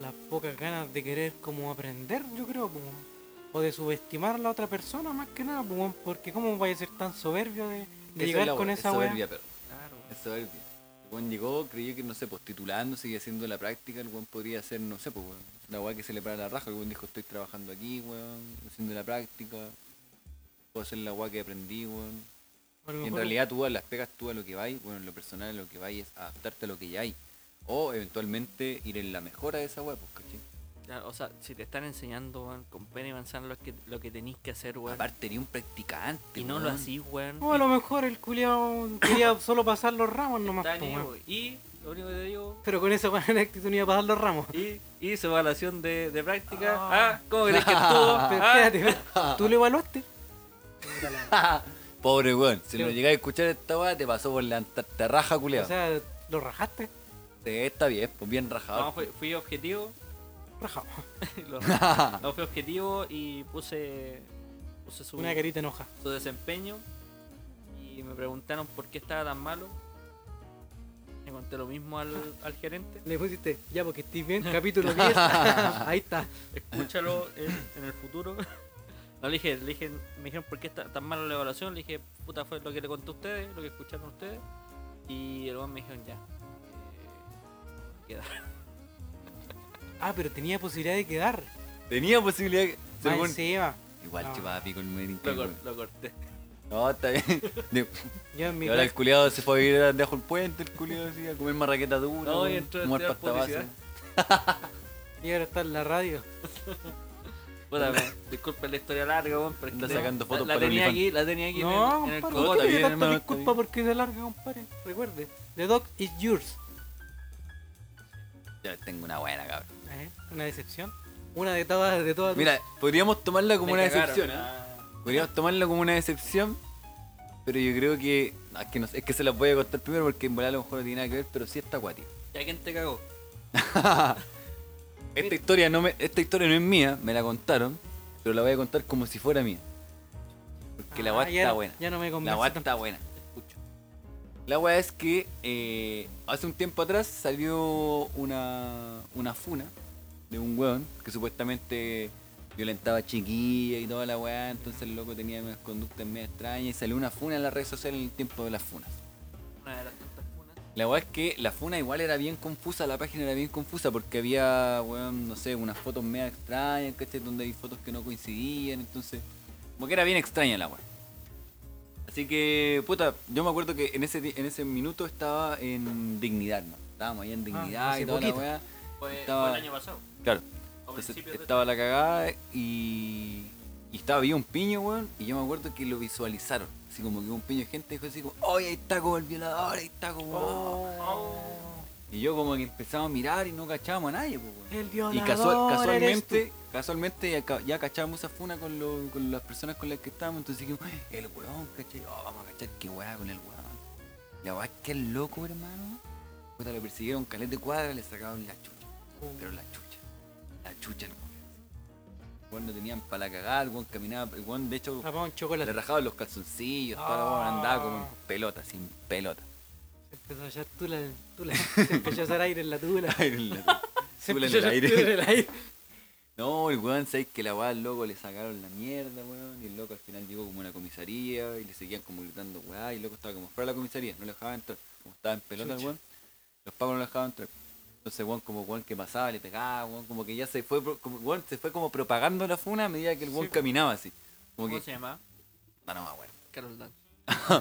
las pocas ganas de querer como aprender, yo creo, po. o de subestimar a la otra persona más que nada, po, weón, porque cómo vaya a ser tan soberbio de, de
Esa es
llegar
la
con
wea,
esa
es
wea.
soberbia, perro. Es soberbia. El weón llegó, creyó que, no sé, pues titulándose y haciendo la práctica, el weón podría hacer, no sé, pues, weón, una weá que se le para la raja. El weón dijo, estoy trabajando aquí, weón, haciendo la práctica, puedo hacer la weá que aprendí, weón.
A
Y
lo
en
mejor-
realidad tú a las pegas, tú a lo que vais, bueno, en lo personal lo que vais es adaptarte a lo que ya hay. O eventualmente ir en la mejora de esa web, pues, ¿cachai?
Claro, o sea, si te están enseñando, weón, con pena y manzana lo que, lo que tenéis que hacer, weón,
Aparte ni un practicante.
y no lo
weón.
hacís, weón,
O a lo mejor el culiao quería solo pasar los ramos nomás,
está
po,
ni-
weón.
y lo único que te digo...
pero con esa buena actitud no iba a pasar los ramos.
Y, y su evaluación de, de práctica.
Ah.
Ah, ¿cómo crees que estuvo?
Pero
Ah,
espérate, espérate, ¿tú lo evaluaste?
Pobre weón, si no llegáis a escuchar esta weá, te pasó por la te raja
O
culiado.
sea, ¿lo rajaste?
está bien, pues bien
no,
rajado.
fui- fui objetivo.
Rajado.
Lo- no fue objetivo y puse, puse su,
Una carita enoja.
su desempeño y me preguntaron por qué estaba tan malo. Y pregunté lo mismo al, al gerente.
Le pusiste, ya porque estoy bien, capítulo 10. Ahí está.
Escúchalo en, en el futuro. No, le dije, le dije, me dijeron por qué está tan mala la evaluación. Le dije, puta, fue lo que le conté a ustedes, lo que escucharon ustedes. Y luego me dijeron, ya. eh, queda.
Ah, pero tenía posibilidad de quedar.
Tenía posibilidad. que-
Más
según-
encima.
Igual
No.
chupaba pico el merengue,
Lo,
weón.
cor- lo corté.
No, está bien. De-
Yo en mi
y ahora el
casa-
culiado se fue a vivir debajo del puente, el culiado así, a comer marraqueta dura,
No, y
weón,
entró a
comer
estudiar
pasta base.
publicidad.
y ahora está en la radio.
Puta, me- disculpen la historia larga, weón, pero es que
Anda
la-
sacando fotos
la, la
para el
tenía
OnlyFans.
aquí, la tenía aquí
No,
en el, en el
compadre,
cogote.
no tiene
bien,
tanta
hermano, está
disculpa porque es de larga, compadre. Recuerde, the dog is yours.
Yo tengo una buena, cabrón.
¿Eh? Una decepción. Una de todas, de todas.
Mira, podríamos tomarla como
Me
una
cagaron, Ah,
decepción, ¿eh? Podríamos tomarla como una decepción, pero yo creo que. no, es, que no sé, es que se las voy a contar primero porque en volar a lo mejor no tiene nada que ver, pero sí está guati.
¿Y a quién te cagó?
Esta historia, no me, esta historia no es mía, me la contaron, pero la voy a contar como si fuera mía. Porque la
Ah,
guata
ya
está
no-
buena.
ya no me
La
convence
guata
tanto.
está buena. Escucho. La weá es que eh, hace un tiempo atrás salió una, una funa de un weón que supuestamente violentaba chiquillas y toda la weá, entonces el loco tenía unas conductas medio extrañas y salió una funa en las redes sociales en el tiempo de las funas.
Una de las tantas cunas.
La weá es que la funa igual era bien confusa, la página era bien confusa porque había, weón, no sé, unas fotos media extrañas, ¿cachai? Donde hay fotos que no coincidían, entonces, como que era bien extraña la weá. Así que, puta, yo me acuerdo que en ese, ti- en ese minuto estaba en Dignidad, ¿no? Estábamos ahí en Dignidad
hace
y toda la
poquito.
weá.
Fue,
Estaba-
fue el año pasado.
Claro.
O
Entonces
principios de-
estaba la cagada y, y estaba había un piño, weón, y yo me acuerdo que lo visualizaron. Así como que un piño de gente dijo así como, ¡ay, ahí está como el violador, ahí está como...
Oh,
Y yo como que empezaba a mirar y no cachábamos a nadie, pues, weón.
El
Y
violador
casual-
eres tú.
casualmente, casualmente ya, ca- ya cachábamos esa funa con, lo- con las personas con las que estábamos, entonces dijimos, "Ay, el weón, caché, oh, vamos a cachar qué weá con el weón. La weá es que el loco, hermano, puta, lo persiguieron calete de cuadra, le sacaron la chucha. Pero la chucha, la chucha el weón. Weón no tenían para la cagada, el weón caminaba, el weón de hecho
Rapado en
le
Ah, chocolate.
rajaban los calzoncillos, toda la weón andaba como en pelota, sin pelota.
Se empezó a echar tula, tula. Se empezó a echar aire en la tula.
Aire en la-
Se
tula en
empezó a
el aire.
echar tula en el aire.
No, el weón, sabéis que la weá al loco le sacaron la mierda, weón. Y el loco al final llegó como a una comisaría y le seguían como gritando, weá. Y el loco estaba como fuera de la comisaría, no lo dejaban entrar. Como estaba en pelota el weón, los pagos no lo dejaban entrar. Entonces, weón, como weón que pasaba, le pegaba, weón. Como que ya se fue, pro- como, weón, se fue como propagando la funa a medida que el weón caminaba así. Como
¿Cómo
que,
se llama?
no, no, weón.
Carol Dan.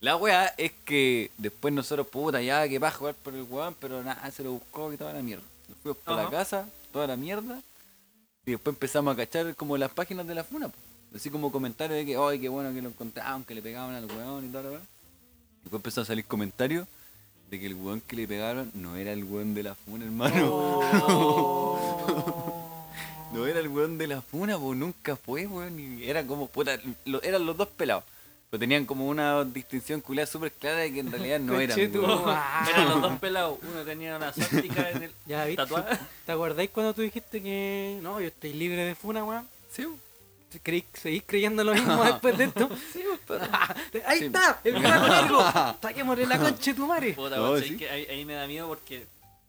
La weá es que después nosotros, puta, ya que va a jugar por el weón, pero nada, se lo buscó y toda la mierda. Nos fuimos por la
Ajá.
casa, toda la mierda, y después empezamos a cachar como las páginas de la funa, po. así como comentarios de que, ay, qué bueno que lo encontraron, que le pegaban al weón y toda la weá. Después empezó a salir comentarios de que el weón que le pegaron no era el weón de la funa, hermano. No era el weón de la funa, pues nunca fue, weón. y Era como, puta, lo- eran los dos pelados. Pero tenían como una distinción culiada súper clara de que en realidad no eran.
Conchetu-
weón.
Ah.
Eran los dos pelados. Uno tenía una sóptica en el
Ya viste.
tatuaje.
¿Te acordáis cuando tú dijiste que no, yo estoy libre de funa, weón?
Sí, weón.
¿Creí- ¿Seguís creyendo lo mismo después de esto?
pero-
Ahí
Sí.
está, el gran largo. Saquémosle la concha de tu madre.
Puta,
No,
weón, sé
sí.
que ahí, ahí me da miedo porque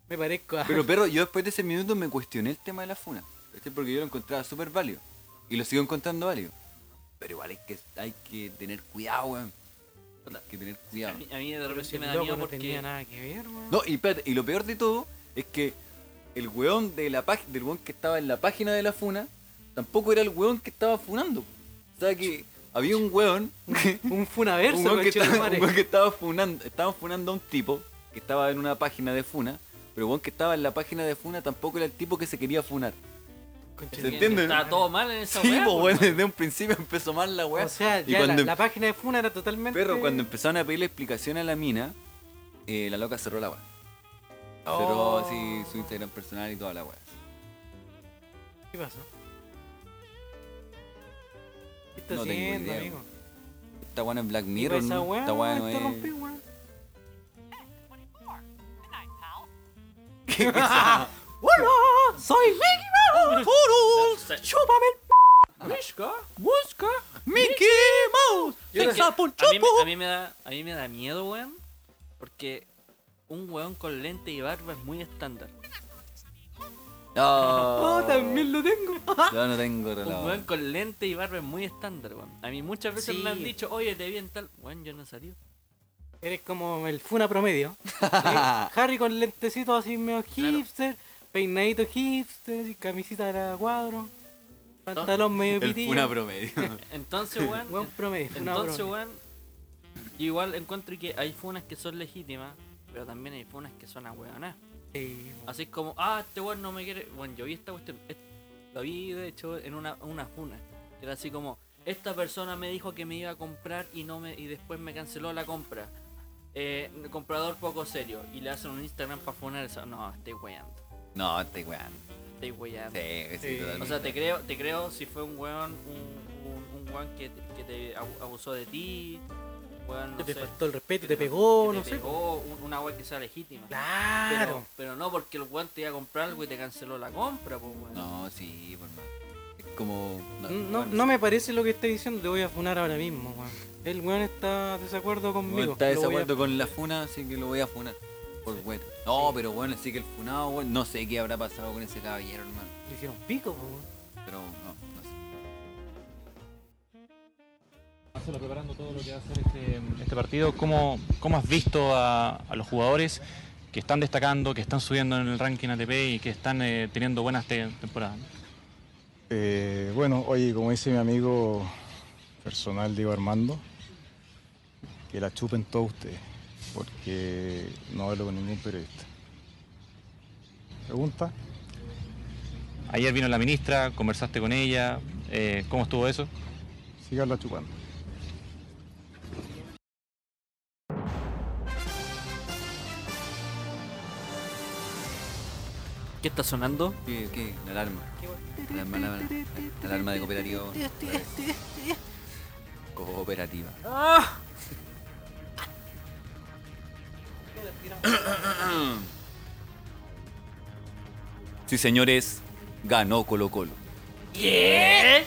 Me parezco a.
Pero perro, yo después de ese minuto me cuestioné el tema de la funa. ¿cachai? Porque yo lo encontraba súper válido. Y lo sigo encontrando válido. Pero igual hay que, hay que tener cuidado, weón. Hay que tener
a
cuidado.
mí, a mí de
Pero
repente
si
me
el
da
loco
miedo
no
porque
tenía nada que ver, weón.
No, y, espérate, y lo peor de todo es que el weón de la pag- del weón que estaba en la página de la funa tampoco era el weón que estaba funando. O sea que había un weón,
Un
un
funaverso,
weón que,
concha de tu
estaba,
madre.
un weón que estaba funando, estaban funando a un tipo que estaba en una página de funa, pero el weón que estaba en la página de funa tampoco era el tipo que se quería funar.
Concha
¿Se
de-
entiende?
estaba todo mal en esa
Sí,
weá,
pues
po.
weón, desde un principio empezó mal la weá.
O sea,
y
ya la,
cuando
la página de funa era totalmente.
Pero cuando empezaron a pedirle explicación a la mina, eh, la loca cerró la weá.
Oh.
Cerró así su Instagram personal y toda la weá.
¿Qué pasó? ¿Qué está
No tengo
haciendo,
idea,
amigo?
Esta weá no es Black
Mira
Mirror,
esa
¿no?
weá,
Esta weá no
te rompí,
es.
weón.
¿Qué cosa?
¡Hola! ¡Soy Mickey Mouse! ¡Turus! ¡Chúpame el
Mishka.
¡Busca! ¡Mickey Mouse!
Yo
¡El
creo que
sapo
a mí, me- a mí me da, a mí me da miedo, weón. Porque un weón con lente y barba es muy estándar.
No.
Oh, también lo tengo.
Yo no tengo reloj.
Un weón con lente y barba es muy estándar, weón. A mí muchas veces
Sí.
me han dicho, oye, te vi en tal. Weón, yo no salió.
Eres como el Funa promedio. Sí, Harry con lentecitos así medio hipster, peinadito hipster, y camisita de cuadro, pantalón medio
El
pitillo.
una promedio.
Entonces, weón.
Weón promedio. funa
Entonces,
promedio.
weón, igual encuentro que hay funas que son legítimas, pero también hay funas que son a weonas.
Sí, weón.
Así como, ah, este weón no me quiere. Bueno, yo vi esta cuestión. es- Lo vi, de hecho, en una, una funa. Era así como, esta persona me dijo que me iba a comprar y no me y después me canceló la compra. Eh, comprador poco serio. Y le hacen un Instagram para funar eso. No, estoy weyando.
No, estoy weón.
Estoy weyando.
Sí, sí, totalmente.
O sea, te creo, te creo si fue un weón, un, un, un weón que, que te abu- abusó de ti, un weón, no
Que te
sé,
faltó el respeto,
que
te pegó,
que
no
te
sé.
pegó, un- una weón que sea legítima.
Claro.
Pero, pero no porque el weón te iba a comprar algo y te canceló la compra, pues weón.
No, sí, por más. Es como.
No, no me parece lo que estás diciendo, te voy a funar ahora mismo, weón. El weón está desacuerdo conmigo.
Bueno, está
lo voy a-
desacuerdo con la funa, así que lo voy a funar. Por bueno. No, pero bueno, sí que el funado, bueno, no sé qué habrá pasado con ese caballero, hermano.
Le hicieron pico, po, weón.
Pero no, no sé.
Marcelo, preparando todo lo que va a ser este, este partido, ¿cómo, cómo has visto a, a los jugadores que están destacando, que están subiendo en el ranking ATP y que están eh, teniendo buenas te- temporadas?
Eh, bueno, oye, como dice mi amigo personal Diego Armando, que la chupen todos ustedes, porque no hablo con ningún periodista. ¿Pregunta?
Ayer vino la ministra, conversaste con ella, eh, ¿cómo estuvo eso?
Siganla chupando.
¿Qué está sonando?
¿Qué? qué? La alarma. La alarma, la alarma. La alarma de cooperativa. Cooperativa.
¡Ah!
Sí, señores, ganó Colo Colo.
¿Qué?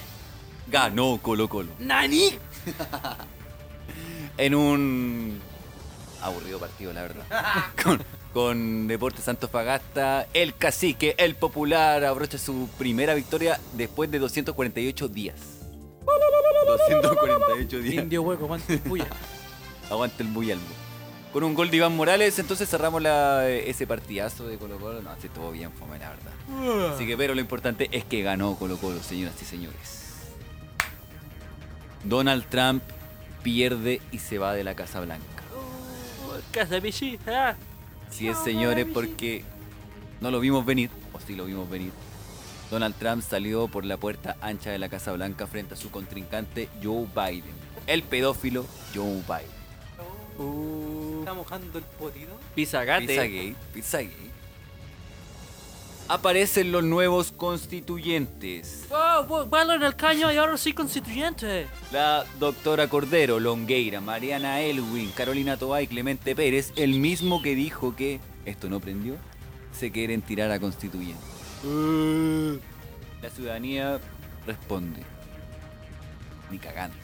Ganó Colo Colo.
¡Nani!
En un aburrido partido, la verdad. Con, con Deportes Antofagasta, el cacique, el popular, abrocha su primera victoria después de 248 días. 248 días.
Indio hueco, aguante puya.
Aguante el muy algo. Con un gol de Iván Morales, entonces cerramos la- eh, ese partidazo de Colo Colo. No, sí, estuvo bien, fome, la verdad. Así que, pero lo importante es que ganó Colo Colo, señoras y señores. Donald Trump pierde y se va de la Casa Blanca.
Oh, Casa Pichi, ah.
Si es, señores, porque no lo vimos venir, o sí lo vimos venir. Donald Trump salió por la puerta ancha de la Casa Blanca frente a su contrincante Joe Biden. El pedófilo Joe Biden.
Está mojando el potito.
Pisagate.
Pizzagate, Pizzagate. Aparecen los nuevos constituyentes.
Wow, wow, palo en el caño y ahora soy constituyente.
La doctora Cordero, Longueira, Mariana Elwin, Carolina Toá y Clemente Pérez, el mismo que dijo que, esto no prendió, se quieren tirar a constituyente.
Uh.
La ciudadanía responde. Ni cagando.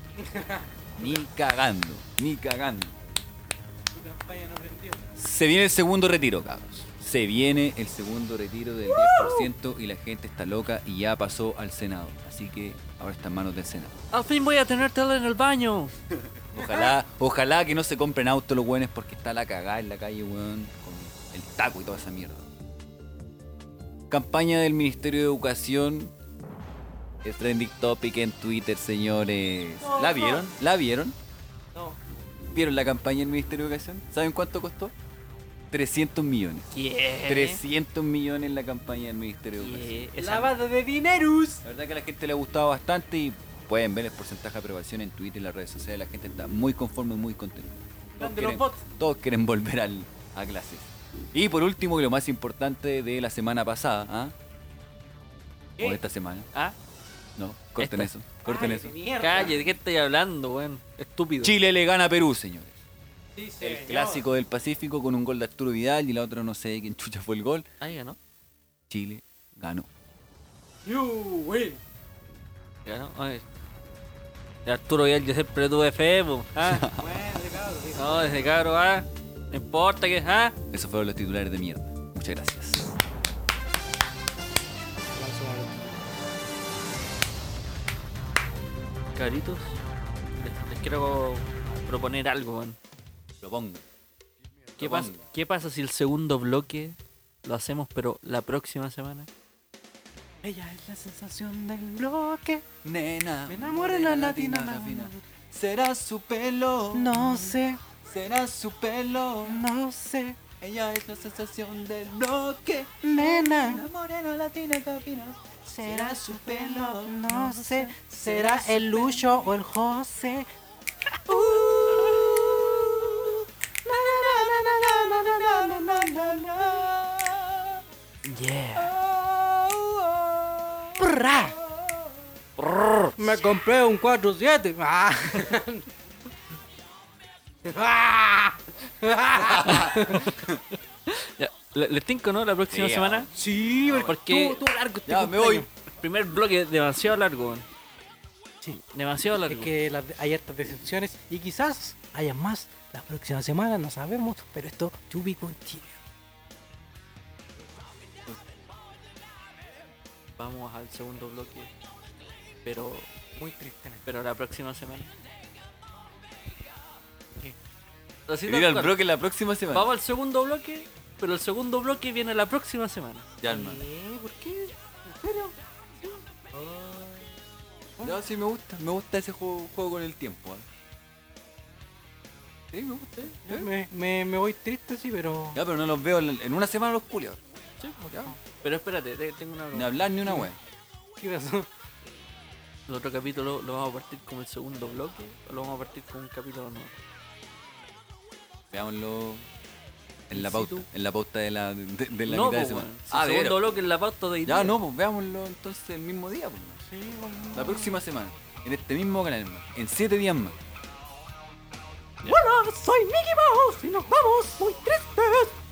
Ni cagando. Ni cagando.
Tu campaña no prendió.
Se viene el segundo retiro, cabros. Se viene el segundo retiro del 10% y la gente está loca y ya pasó al Senado. Así que ahora está en manos del Senado.
Al fin voy a tener tele en el baño.
Ojalá, ojalá que no se compren autos los weones porque está la cagada en la calle, weón, con el taco y toda esa mierda. Campaña del Ministerio de Educación. Es trending topic en Twitter, señores. ¿La vieron? ¿La vieron?
No.
¿Vieron la campaña del Ministerio de Educación? ¿Saben cuánto costó? 300 millones.
¿Eh?
Yeah.
300 millones en la campaña del Ministerio de Educación.
Yeah. Esa-
Lavado de dinerus.
La verdad que a la gente le ha gustado bastante y pueden ver el porcentaje de aprobación en Twitter y en las redes sociales. La gente está muy conforme, muy contenta. Todos
Grande los
quieren-
bots.
Todos quieren volver al- a clases. Y por último, y lo más importante de la semana pasada, ¿ah?
¿Qué?
O de esta semana.
Ah.
No, corten
Esta.
eso, corten
Ay,
eso.
mierda.
Calle, ¿de qué estoy hablando, weón? Estúpido.
Chile le gana a Perú, señores.
Sí,
El
señor.
clásico del Pacífico con un gol de Arturo Vidal y la otra no sé de quién chucha fue el gol.
Ahí ganó.
Chile ganó.
You win.
Ganó. Ay. De Arturo Vidal yo siempre tuve fe, po. Ah.
Bueno, cabrón.
No, desde cabro, ah. No importa que, ¿ah?
Esos fueron los titulares de mierda. Muchas gracias.
Cabritos, les, les quiero proponer algo, weón.
Propongo.
¿Qué pasa, ¿Qué pasa si el segundo bloque lo hacemos, pero la próxima semana?
Ella es la sensación del bloque.
Nena.
Me enamoré la latina. latina.
Será su pelo.
No sé.
Será su pelo.
No sé.
Ella es la sensación del bloque.
Nena.
La morena latina cabina. Será su pelo.
No sé. ¿Será Uh. el Lucho o el José? Oh,
¡Prra! Me compré un 4-7. Ah. Ah.
Ah.
Ya, ¿le- ¿Les tinco, no? La próxima
Sí,
semana.
ah.
Sí,
porque.
estuvo- estuvo largo este
ya, me voy.
cumpleaños.
Primer bloque demasiado largo, weón.
Sí.
Demasiado largo.
Es que las- hay hartas decepciones y quizás haya más la próxima semana, no sabemos, pero esto to be continued.
Vamos al segundo bloque. Pero. Muy tristemente. Pero la próxima semana. Así
Ir
tal
al
cual.
bloque la próxima semana.
Vamos al segundo bloque, pero el segundo bloque viene la próxima semana.
Ya, hermano.
¿Eh? ¿Por qué? ¿En serio?
No, sí me gusta. Me gusta ese juego, juego con el tiempo. ¿eh? Sí, me gusta. ¿eh?
Yo Me, me- me voy triste, sí, pero.
Ya, pero no los veo en, en una semana los culios.
Sí, Pero espérate, te- tengo una
Ni
pregunta.
hablar ni una wea.
¿Qué pasó?
El otro capítulo lo vamos a partir como el segundo bloque o lo vamos a partir como un capítulo nuevo.
Veámoslo en la
Sí,
pauta.
tú.
En la pauta de la, de, de la
no,
mitad de
pues,
semana.
weón. Si
Ah,
el
de
segundo
veras.
bloque es la pauta de hoy
Ya,
día.
no, pues veámoslo entonces el mismo día. Pues. La próxima semana. En este mismo canal, hermano. En 7 días más.
Hola, soy Mickey Mouse y nos vamos muy tristes.